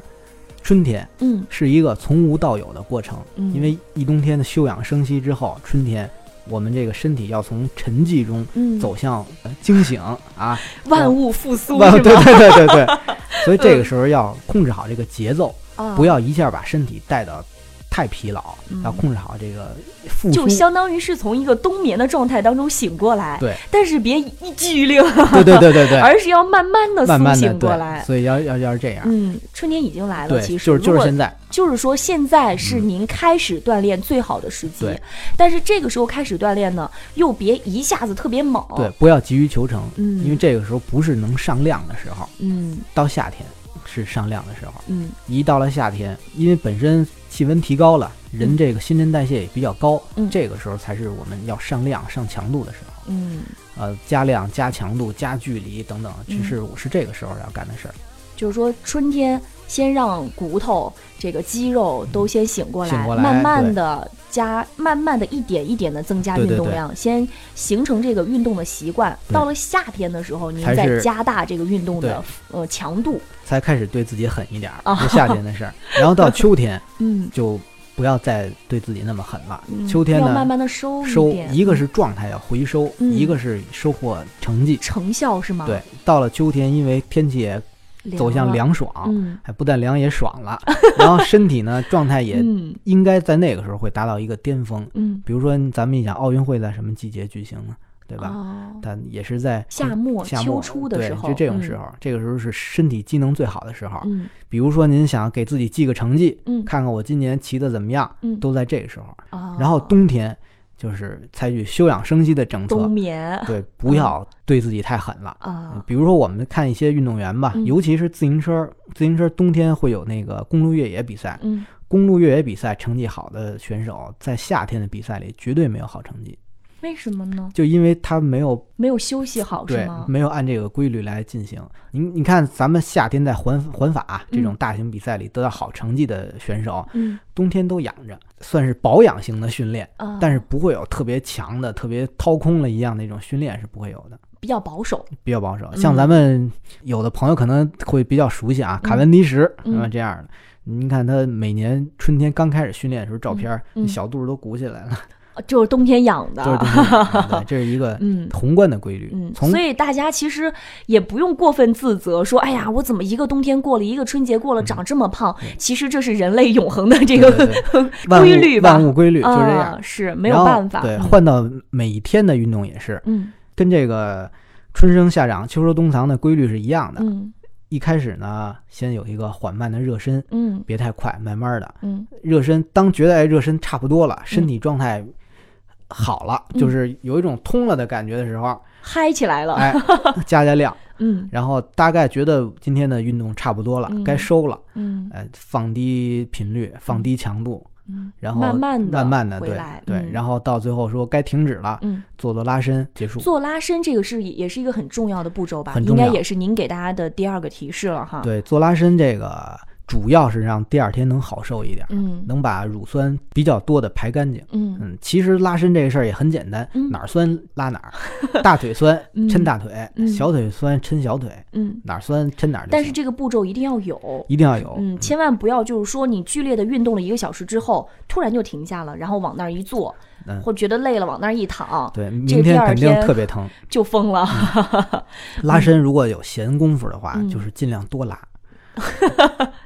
Speaker 3: 春天
Speaker 2: 嗯
Speaker 3: 是一个从无到有的过程，
Speaker 2: 嗯，
Speaker 3: 因为一冬天的休养生息之后，春天我们这个身体要从沉寂中
Speaker 2: 嗯
Speaker 3: 走向呃惊醒啊，
Speaker 2: [LAUGHS] 万物复苏
Speaker 3: 对
Speaker 2: 是
Speaker 3: 对
Speaker 2: 吗？
Speaker 3: 对对对，
Speaker 2: [LAUGHS]
Speaker 3: 所以这个时候要控制好这个节奏，
Speaker 2: 啊
Speaker 3: 不要一下把身体带到太疲劳
Speaker 2: 嗯，
Speaker 3: 要控制好这个复苏
Speaker 2: 就。相当于是从一个冬眠的状态当中醒过来，
Speaker 3: 对，
Speaker 2: 但是别一激灵，[LAUGHS]
Speaker 3: 对对对对对，
Speaker 2: 而是要慢慢的
Speaker 3: 慢
Speaker 2: 苏
Speaker 3: 慢的
Speaker 2: 醒过来
Speaker 3: 对，。所以要要要是这样，
Speaker 2: 嗯，春天已经来了，
Speaker 3: 对
Speaker 2: 其，实
Speaker 3: 就是就
Speaker 2: 如
Speaker 3: 是
Speaker 2: 果
Speaker 3: 现在，嗯
Speaker 2: 就是说，现在是您开始锻炼最好的时机，
Speaker 3: 对
Speaker 2: 但是这个时候开始锻炼呢，又别一下子特别猛，
Speaker 3: 对，，不要急于求成，
Speaker 2: 哦嗯
Speaker 3: 因为这个时候不是能上量的时候，
Speaker 2: 嗯
Speaker 3: 到夏天是上量的时候。
Speaker 2: 嗯
Speaker 3: 一到了夏天，因为本身气温提高了，人这个新陈代谢也比较高，
Speaker 2: 嗯
Speaker 3: 这个时候才是我们要上量、上强度的时候。
Speaker 2: 嗯，
Speaker 3: 呃，加量、加强度、加距离等等，这是我是这个时候要干的事儿。
Speaker 2: 就是说春天先让骨头、这个肌肉都先醒过来，
Speaker 3: 醒过来
Speaker 2: 慢慢的加，慢慢的一点一点的增加运
Speaker 3: 对对
Speaker 2: 动
Speaker 3: 对
Speaker 2: 量，先形成这个运动的习惯。
Speaker 3: 对
Speaker 2: 到了夏天的时候，您
Speaker 3: 才
Speaker 2: 再
Speaker 3: 是
Speaker 2: 加大这个运动的呃强度。
Speaker 3: 才开始对自己狠一点儿
Speaker 2: 啊，
Speaker 3: 就夏天的
Speaker 2: [LAUGHS]
Speaker 3: 事儿。然后到秋天
Speaker 2: 嗯，
Speaker 3: 就不要再对自己那么狠了
Speaker 2: 嗯。
Speaker 3: 秋天
Speaker 2: 要
Speaker 3: 呢，
Speaker 2: 慢慢的收
Speaker 3: 收
Speaker 2: 点，
Speaker 3: 一个是状态要回收，
Speaker 2: 嗯
Speaker 3: 一个是收获成绩。
Speaker 2: 成效是吗？
Speaker 3: 对，到了秋天，因为天气也
Speaker 2: 凉了，
Speaker 3: 走向凉爽，
Speaker 2: 嗯
Speaker 3: 还不但凉也爽了，然后身体呢状态也
Speaker 2: 嗯
Speaker 3: 应该在那个时候会达到一个巅峰。
Speaker 2: 嗯，
Speaker 3: 比如说，咱们一想奥运会在什么季节举行呢？对吧？
Speaker 2: 哦，
Speaker 3: 但也是在嗯
Speaker 2: 夏末
Speaker 3: 夏
Speaker 2: 秋
Speaker 3: 末
Speaker 2: 初的
Speaker 3: 对
Speaker 2: 时候
Speaker 3: 就这种
Speaker 2: 嗯
Speaker 3: 时候，啊这个时候是身体机能最好的时候。
Speaker 2: 嗯
Speaker 3: 比如说，您想给自己记个成绩，
Speaker 2: 嗯
Speaker 3: 看看我今年骑的怎么样，
Speaker 2: 嗯
Speaker 3: 都在这个时候。
Speaker 2: 啊，
Speaker 3: 然后冬天就是采取休养生息的政
Speaker 2: 冬嗯
Speaker 3: 策，
Speaker 2: 眠
Speaker 3: 对，不要对自己太狠了。
Speaker 2: 啊，
Speaker 3: 嗯比如说，我们看一些运动员吧，
Speaker 2: 嗯
Speaker 3: 尤其是自行车，自行车冬天会有那个公路越野比赛，
Speaker 2: 嗯
Speaker 3: 公路越野比赛成绩好的选手，在夏天的比赛里绝对没有好成绩，
Speaker 2: 为什么呢？
Speaker 3: 就因为他没有
Speaker 2: 没有休息好哦是
Speaker 3: 对嗯
Speaker 2: 吗？
Speaker 3: 没有按这个规律来进行。你你看，咱们夏天在环环法这种大型比赛里得到好成绩的选手，
Speaker 2: 嗯
Speaker 3: 冬天都养着，算是保养型的训练，
Speaker 2: 啊，
Speaker 3: 但是不会有特别强的、特别掏空了一样那种训练是不会有的。
Speaker 2: 比较保守，
Speaker 3: 比较保守。
Speaker 2: 嗯
Speaker 3: 像咱们有的朋友可能会比较熟悉啊，
Speaker 2: 嗯
Speaker 3: 卡文迪什
Speaker 2: 嗯
Speaker 3: 啊这样的。您看他每年春天刚开始训练的时候，照片儿
Speaker 2: 嗯嗯
Speaker 3: 小肚子都鼓起来了，
Speaker 2: 呃就是冬天养的，
Speaker 3: 都是这种对，这是一个
Speaker 2: 嗯。
Speaker 3: 宏观的规律。
Speaker 2: 嗯，
Speaker 3: 从
Speaker 2: 所以大家其实也不用过分自责，说哎呀，我怎么一个冬天过了，一个春节过了，长这么胖？其实这是人类永恒的这个
Speaker 3: 嗯对对
Speaker 2: [LAUGHS]
Speaker 3: 万物
Speaker 2: 规律吧？
Speaker 3: 万物规律就是这
Speaker 2: 啊
Speaker 3: 样，
Speaker 2: 是没有
Speaker 3: 然后
Speaker 2: 办法。
Speaker 3: 对，
Speaker 2: 嗯
Speaker 3: 换到每一天的运动也是
Speaker 2: 嗯
Speaker 3: 跟这个春生夏长、秋收冬藏的规律是一样的。
Speaker 2: 嗯
Speaker 3: 一开始呢，先有一个缓慢的热身，
Speaker 2: 嗯
Speaker 3: 别太快，慢慢的。
Speaker 2: 嗯
Speaker 3: 热身，当觉得哎热身差不多了，身体状态好了，
Speaker 2: 嗯
Speaker 3: 就是有一种通了的感觉的时候，啊
Speaker 2: 嗨起来了。 [LAUGHS]
Speaker 3: 哎，加加量，
Speaker 2: 嗯
Speaker 3: 然后大概觉得今天的运动差不多了，
Speaker 2: 嗯
Speaker 3: 该收了，
Speaker 2: 嗯
Speaker 3: 哎，放低频率，放低强度，
Speaker 2: 嗯，
Speaker 3: 然后
Speaker 2: 慢慢的
Speaker 3: 慢慢的，
Speaker 2: 回
Speaker 3: 对
Speaker 2: 来
Speaker 3: 对，
Speaker 2: 嗯
Speaker 3: 然后到最后说该停止了，
Speaker 2: 嗯，
Speaker 3: 做做拉伸结束。
Speaker 2: 做拉伸这个是也是一个很重要的步骤吧？
Speaker 3: 很
Speaker 2: 应
Speaker 3: 重要
Speaker 2: 该也是您给大家的第二个提示了哈。，
Speaker 3: 对，做拉伸这个主要是让第二天能好受一点，
Speaker 2: 嗯
Speaker 3: 能把乳酸比较多的排干净。
Speaker 2: 嗯
Speaker 3: 嗯，其实拉伸这个事儿也很简单，
Speaker 2: 嗯
Speaker 3: 哪儿酸拉哪儿，大腿酸
Speaker 2: [LAUGHS] 嗯
Speaker 3: 抻大腿，
Speaker 2: 嗯
Speaker 3: 小腿酸抻小腿，
Speaker 2: 嗯，
Speaker 3: 哪儿酸抻哪儿就行。哦
Speaker 2: 但是这个步骤一定要有。
Speaker 3: 一定要有，
Speaker 2: 嗯，千万不要就是说你剧烈的运动了一个小时之后，突然就停下了，然后往那儿一坐，
Speaker 3: 嗯
Speaker 2: 或觉得累了往那儿一躺
Speaker 3: 对，
Speaker 2: 这
Speaker 3: 明
Speaker 2: 第
Speaker 3: 天
Speaker 2: 二
Speaker 3: 肯定
Speaker 2: 天
Speaker 3: 特别疼。
Speaker 2: 就疯了。
Speaker 3: 拉伸如果有闲工夫的话，
Speaker 2: 嗯
Speaker 3: 就是尽量
Speaker 2: [LAUGHS]
Speaker 3: 多拉，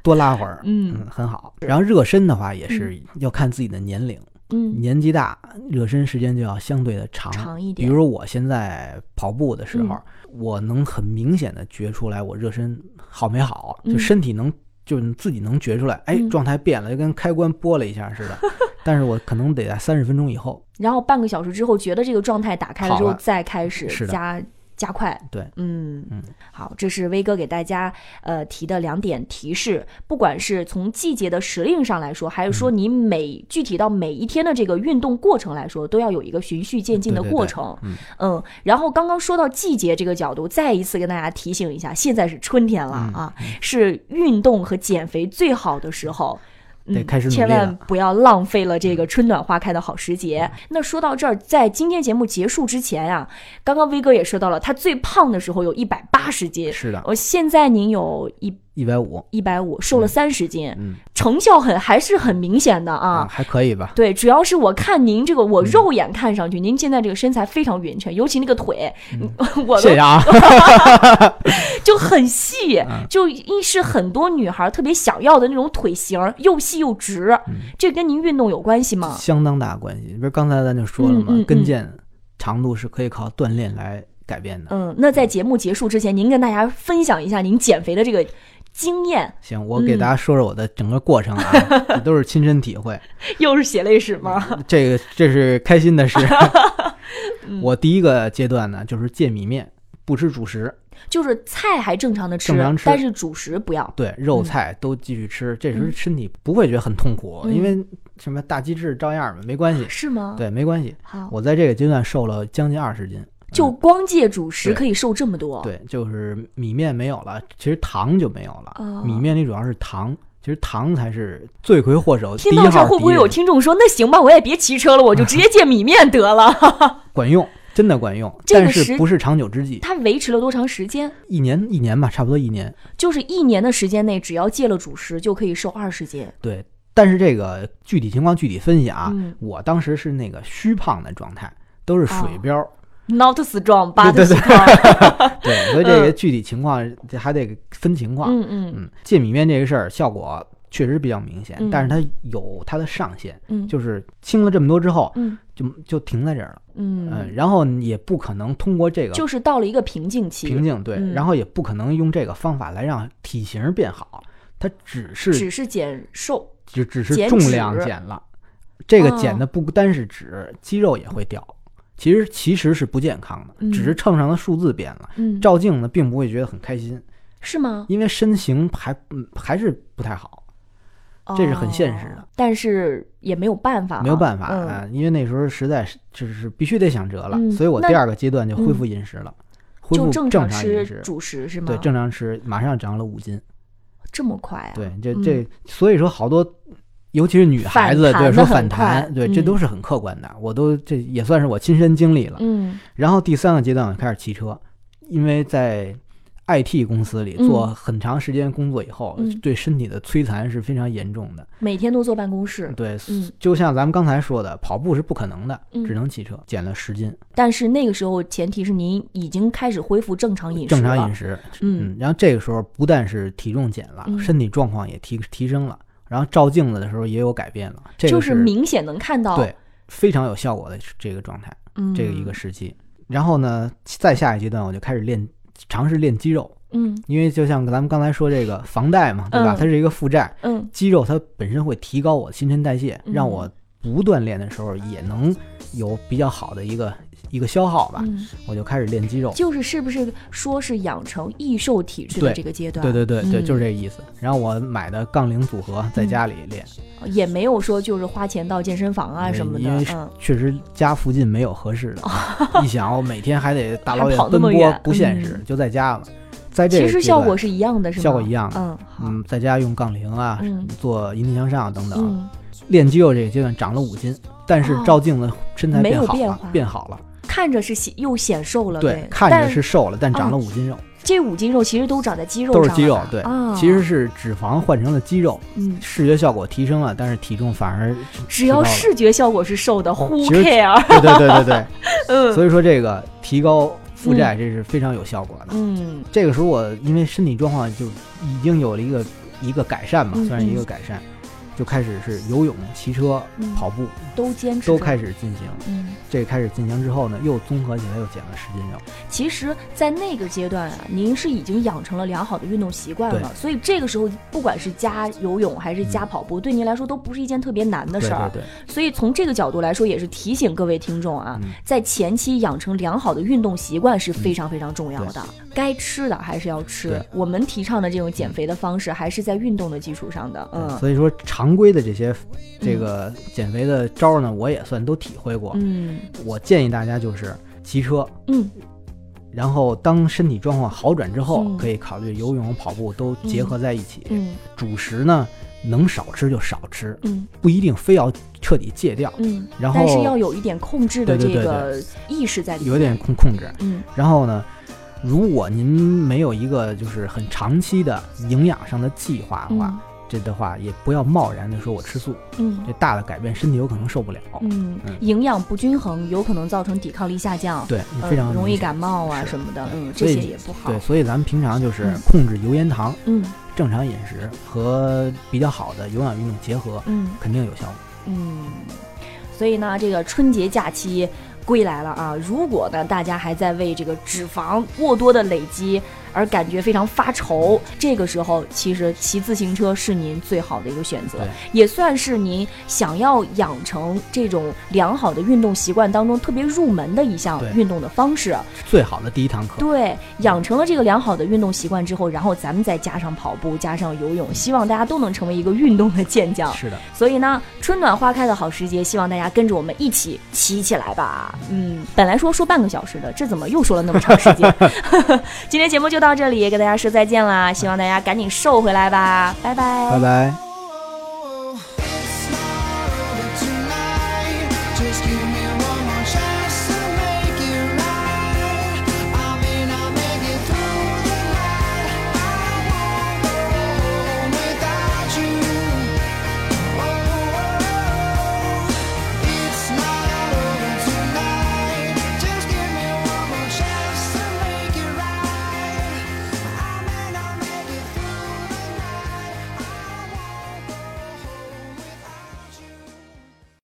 Speaker 3: 多拉会儿，
Speaker 2: 嗯
Speaker 3: 很好。然后热身的话，也是要看自己的年龄，
Speaker 2: [LAUGHS] 嗯
Speaker 3: 年纪大，热身时间就要相对的长。
Speaker 2: 长一
Speaker 3: 比
Speaker 2: 点。嗯
Speaker 3: 如我现在跑步的时候，我能很明显的觉出来我热身好没好，
Speaker 2: 嗯
Speaker 3: 就身体能就是你自己能觉出来，哎，
Speaker 2: 嗯
Speaker 3: 状态变了，就跟开关拨了一下
Speaker 2: [LAUGHS]
Speaker 3: 似的。但是我可能得在三十分钟以后，
Speaker 2: 然后半个小时之后，觉得这个状态打开了之后，
Speaker 3: 好了
Speaker 2: 再开始
Speaker 3: 是的
Speaker 2: 加加快。
Speaker 3: 对，
Speaker 2: 嗯
Speaker 3: 嗯
Speaker 2: 好，这是威哥给大家呃提的两点提示，不管是从季节的时令上来说，还是说
Speaker 3: 嗯
Speaker 2: 你每、具体到每一天的这个运动过程来说，都要有一个循序渐进的
Speaker 3: 对对对
Speaker 2: 过程。
Speaker 3: 嗯
Speaker 2: 然后刚刚说到季节这个角度，再一次跟大家提醒一下，现在是春天了
Speaker 3: 嗯
Speaker 2: 啊，是运动和减肥最好的时候。嗯
Speaker 3: 得开始努力
Speaker 2: 千
Speaker 3: 了嗯
Speaker 2: 万不要浪费了这个春暖花开的好时节。那说到这儿，在今天节目结束之前啊，刚刚威哥也说到了，他最胖的时候有一百八十斤，
Speaker 3: 是的，
Speaker 2: 我现在您有一
Speaker 3: 一百五，
Speaker 2: 一百五，瘦了
Speaker 3: 嗯
Speaker 2: 三十斤，
Speaker 3: 嗯
Speaker 2: 成效很还是很明显的啊。
Speaker 3: 还可以吧。
Speaker 2: 对，主要是我看您这个，
Speaker 3: 嗯
Speaker 2: 我肉眼看上去，您现在这个身材非常匀称，尤其那个腿， [LAUGHS] 我
Speaker 3: 谢
Speaker 2: 都
Speaker 3: 谢啊，
Speaker 2: 就很细，
Speaker 3: 嗯
Speaker 2: 就一是很多女孩特别想要的那种腿型，又细又直。
Speaker 3: 嗯
Speaker 2: 这跟您运动有关系吗？
Speaker 3: [LAUGHS] 相当大关系。不是刚才咱就说了吗？
Speaker 2: 啊嗯嗯嗯
Speaker 3: 跟腱长度是可以靠锻炼来改变的。
Speaker 2: 嗯，那在节目结束之前，您跟大家分享一下您减肥的这个经验，
Speaker 3: 行，我
Speaker 2: 嗯
Speaker 3: 给大家说说我的整个过程啊，
Speaker 2: [LAUGHS]
Speaker 3: 这都是亲身体会。
Speaker 2: 又是血泪史吗？
Speaker 3: 这个这是开心的事。 [LAUGHS]
Speaker 2: 嗯
Speaker 3: 我第一个阶段呢，就是戒米面，不吃主食，
Speaker 2: [LAUGHS] 就是菜还正常的吃，
Speaker 3: 正常吃
Speaker 2: 但是主食不要。
Speaker 3: 对肉菜都继续吃。这时候身体不会觉得很痛苦，
Speaker 2: 嗯
Speaker 3: 因为什么大鸡翅照样嘛，没关系。
Speaker 2: 是吗？，
Speaker 3: 对，没关系。
Speaker 2: 好，
Speaker 3: 我在这个阶段瘦了将近二十斤，
Speaker 2: 就光戒主食
Speaker 3: 对
Speaker 2: 可以瘦这么多。，
Speaker 3: 对，就是米面没有了，其实糖就没有了。
Speaker 2: 哦
Speaker 3: 米面里主要是糖，其实糖才是罪魁祸首。
Speaker 2: 听
Speaker 3: 第
Speaker 2: 到
Speaker 3: 一
Speaker 2: 这儿
Speaker 3: 号
Speaker 2: 会不会
Speaker 3: 敌
Speaker 2: 有
Speaker 3: 人
Speaker 2: 听众说，那行吧，我也别骑车了，我
Speaker 3: [LAUGHS]
Speaker 2: 就直接戒米面得了？
Speaker 3: 管用？真的管用，
Speaker 2: 这个
Speaker 3: 但是
Speaker 2: 时
Speaker 3: 不是长久之计，
Speaker 2: 它维持了多长时间？
Speaker 3: 一年一年吧，差不多一年。
Speaker 2: 就是一年的时间内，只要戒了主食，就可以瘦二十斤。
Speaker 3: 对，但是这个具体情况具体分析啊，
Speaker 2: 嗯
Speaker 3: 我当时是那个虚胖的状态，都是
Speaker 2: 哦
Speaker 3: 水标，
Speaker 2: Not strong, but
Speaker 3: 对对 [LAUGHS]
Speaker 2: strong。[LAUGHS]
Speaker 3: 对，所以这个具体情况这还得分情况。
Speaker 2: 嗯嗯
Speaker 3: 嗯，戒米面这个事儿效果确实比较明显，
Speaker 2: 嗯
Speaker 3: 但是它有它的上限，
Speaker 2: 嗯
Speaker 3: 就是清了这么多之后，
Speaker 2: 嗯
Speaker 3: 就就停在这儿了，
Speaker 2: 嗯，
Speaker 3: 然后也不可能通过这个
Speaker 2: 就是到了一个瓶颈期，
Speaker 3: 瓶颈，对，
Speaker 2: 嗯
Speaker 3: 然后也不可能用这个方法来让体型变好，它只是
Speaker 2: 只是减瘦。
Speaker 3: 只只是
Speaker 2: 减
Speaker 3: 重
Speaker 2: 脂
Speaker 3: 量减了，这个
Speaker 2: 哦
Speaker 3: 减的不单是脂，肌肉也会掉。其实其实是不健康的，
Speaker 2: 嗯
Speaker 3: 只是秤上的数字变了。
Speaker 2: 嗯，
Speaker 3: 照镜呢，并不会觉得很开心，
Speaker 2: 是吗？
Speaker 3: 因为身形还嗯还是不太好。这是很现实的
Speaker 2: 哦但是也没有办法啊，
Speaker 3: 没有办法
Speaker 2: 嗯
Speaker 3: 啊，因为那时候实在是就是必须得想辙了
Speaker 2: 嗯，
Speaker 3: 所以我
Speaker 2: 那嗯
Speaker 3: 第二个阶段就恢复饮食了，恢
Speaker 2: 就
Speaker 3: 复
Speaker 2: 正
Speaker 3: 常饮
Speaker 2: 吃
Speaker 3: 食，
Speaker 2: 主食是吗？
Speaker 3: 对，正常吃，马上长了五斤，
Speaker 2: 这么快啊？
Speaker 3: 对，这
Speaker 2: 嗯
Speaker 3: 这所以说好多。尤其是女孩
Speaker 2: 反
Speaker 3: 子，
Speaker 2: 弹
Speaker 3: 对
Speaker 2: 得
Speaker 3: 说
Speaker 2: 很
Speaker 3: 反
Speaker 2: 快
Speaker 3: 弹，对，这
Speaker 2: 嗯
Speaker 3: 都是很客观的，我都这也算是我亲身经历了。
Speaker 2: 嗯，
Speaker 3: 然后第三个阶段我开始骑车，因为在 IT 公司里
Speaker 2: 嗯
Speaker 3: 做很长时间工作以后，
Speaker 2: 嗯
Speaker 3: 对身体的摧残是非常严重的。
Speaker 2: 每天都坐办公室，
Speaker 3: 对，
Speaker 2: 嗯
Speaker 3: 就像咱们刚才说的，跑步是不可能的，
Speaker 2: 嗯
Speaker 3: 只能骑车，减了十斤，
Speaker 2: 但是那个时候前提是您已经开始恢复正常饮食
Speaker 3: 正常
Speaker 2: 了
Speaker 3: 饮食。
Speaker 2: 嗯，
Speaker 3: 然后这个时候不但是体重减了，
Speaker 2: 嗯
Speaker 3: 身体状况也提提升了，然后照镜子的时候也有改变了，这
Speaker 2: 就
Speaker 3: 个
Speaker 2: 是明显能看到，
Speaker 3: 对非常有效果的这个状态，
Speaker 2: 哦嗯，
Speaker 3: 这个一个时期。然后呢，再下一阶段我就开始练，尝试练肌肉。
Speaker 2: 嗯
Speaker 3: 因为就像咱们刚才说这个房贷嘛，对吧？
Speaker 2: 嗯
Speaker 3: 它是一个负债，
Speaker 2: 嗯
Speaker 3: 肌肉它本身会提高我新陈代谢，
Speaker 2: 嗯
Speaker 3: 让我不锻炼的时候也能有比较好的一个一个消耗吧。
Speaker 2: 嗯，
Speaker 3: 我就开始练肌肉，
Speaker 2: 就是是不是说是养成易瘦体质的
Speaker 3: 对
Speaker 2: 这个阶段？
Speaker 3: 对对对对，
Speaker 2: 嗯
Speaker 3: 就是这个意思。然后我买的杠铃组合在家里练，
Speaker 2: 也没有说就是花钱到健身房啊什么的，
Speaker 3: 因为
Speaker 2: 嗯，
Speaker 3: 确实家附近没有合适的。一想我哦每天还得大老远
Speaker 2: 哦 [LAUGHS] 还跑那
Speaker 3: 奔
Speaker 2: 么
Speaker 3: 波
Speaker 2: 远，嗯
Speaker 3: 不现实，就在家吧。在这个
Speaker 2: 其实
Speaker 3: 阶
Speaker 2: 效
Speaker 3: 段
Speaker 2: 果是一样的，是吗？
Speaker 3: 效果一样的
Speaker 2: 嗯，好，
Speaker 3: 嗯，在家用杠铃啊，
Speaker 2: 嗯
Speaker 3: 做引体向上啊等等啊，
Speaker 2: 嗯，
Speaker 3: 练肌肉这个阶段长了五斤，但是
Speaker 2: 哦
Speaker 3: 照镜子身材
Speaker 2: 没
Speaker 3: 变
Speaker 2: 有
Speaker 3: 好
Speaker 2: 变
Speaker 3: 了
Speaker 2: 化，
Speaker 3: 变好了，
Speaker 2: 看着是显又显瘦了，对，
Speaker 3: 看着
Speaker 2: 但
Speaker 3: 是瘦了，但长了
Speaker 2: 哦
Speaker 3: 五斤肉，
Speaker 2: 这五斤肉其实都长在肌肉上
Speaker 3: 都
Speaker 2: 了
Speaker 3: 是
Speaker 2: 吧，
Speaker 3: 肌肉，对，
Speaker 2: 啊，
Speaker 3: 其实是脂肪换成了肌肉，
Speaker 2: 嗯，
Speaker 3: 视觉效果提升了，但是 [LAUGHS] 体重反而
Speaker 2: 只要
Speaker 3: 提高了
Speaker 2: 视觉效果是瘦的，Who
Speaker 3: 其实
Speaker 2: care？
Speaker 3: 对对对
Speaker 2: [LAUGHS]
Speaker 3: 对对，
Speaker 2: 嗯
Speaker 3: 所以说这个提高负债这是非常有效果的。
Speaker 2: 嗯
Speaker 3: 这个时候我因为身体状况就已经有了一个一个改善嘛，
Speaker 2: 嗯
Speaker 3: 算是一个改善，就开始是游泳、骑车、
Speaker 2: 嗯
Speaker 3: 跑步
Speaker 2: 都坚持
Speaker 3: 都
Speaker 2: 着
Speaker 3: 开始进行。
Speaker 2: 嗯。
Speaker 3: 这个开始进行之后呢，又综合起来又减了十斤肉。
Speaker 2: 其实，在那个阶段啊，您是已经养成了良好的运动习惯了，
Speaker 3: 对
Speaker 2: 所以这个时候，不管是加游泳还是加跑步，对您来说都不是啊一件特别难的
Speaker 3: 对
Speaker 2: 事儿
Speaker 3: 对。对，
Speaker 2: 所以从这个角度来说，也是提醒各位听众啊，
Speaker 3: 嗯
Speaker 2: 在前期养成良好的运动习惯是非常非常重要的。该吃的还是要吃
Speaker 3: 对，
Speaker 2: 我们提倡的这种减肥的方式还是在运动的基础上的。嗯
Speaker 3: 所以说常规的这些这个减肥的招儿呢，我也算都体会过。
Speaker 2: 嗯
Speaker 3: 我建议大家就是骑车，
Speaker 2: 嗯，
Speaker 3: 然后当身体状况好转之后，
Speaker 2: 嗯
Speaker 3: 可以考虑游泳、跑步都结合在一起。
Speaker 2: 嗯
Speaker 3: 主食呢，能少吃就少吃，
Speaker 2: 嗯
Speaker 3: 不一定非要彻底戒掉，
Speaker 2: 嗯，
Speaker 3: 然后
Speaker 2: 但是要有一点控制的
Speaker 3: 对
Speaker 2: 这
Speaker 3: 对对
Speaker 2: 个意识在里面。
Speaker 3: 有点控控制。
Speaker 2: 嗯
Speaker 3: 然后呢，如果您没有一个就是很长期的营养上的计划的话，
Speaker 2: 嗯
Speaker 3: 这的话也不要贸然的说我吃素，
Speaker 2: 嗯。
Speaker 3: 这大的改变身体有可能受不了。
Speaker 2: 嗯
Speaker 3: 嗯，
Speaker 2: 营养不均衡有可能造成抵抗力下降，
Speaker 3: 对，
Speaker 2: 呃
Speaker 3: 非常
Speaker 2: 容易
Speaker 3: 明显
Speaker 2: 感冒啊
Speaker 3: 是
Speaker 2: 什么的，
Speaker 3: 对
Speaker 2: 嗯，这
Speaker 3: 所以
Speaker 2: 些也不好。
Speaker 3: 对，所以咱们平常就是
Speaker 2: 嗯
Speaker 3: 控制油盐糖，
Speaker 2: 嗯
Speaker 3: 正常饮食和比较好的有氧运动结合，
Speaker 2: 嗯
Speaker 3: 肯定有效果。
Speaker 2: 嗯，所以呢，这个春节假期归来了啊，如果呢大家还在为这个脂肪过多的累积而感觉非常发愁，这个时候其实骑自行车是您最好的一个选择
Speaker 3: 对，
Speaker 2: 也算是您想要养成这种良好的运动习惯当中特别入门的一项
Speaker 3: 对
Speaker 2: 运动的方式。
Speaker 3: 最好的第一堂课，
Speaker 2: 对，养成了这个良好的运动习惯之后，然后咱们再加上跑步，加上游泳，希望大家都能成为一个运动的健将。
Speaker 3: 是的，
Speaker 2: 所以呢，春暖花开的好时节，希望大家跟着我们一起骑起来吧。嗯，本来说说半个小时的，这怎么又说了那么长时间？今天节目就到这里，跟大家说再见啦，希望大家赶紧瘦回来吧，拜拜
Speaker 3: 拜拜。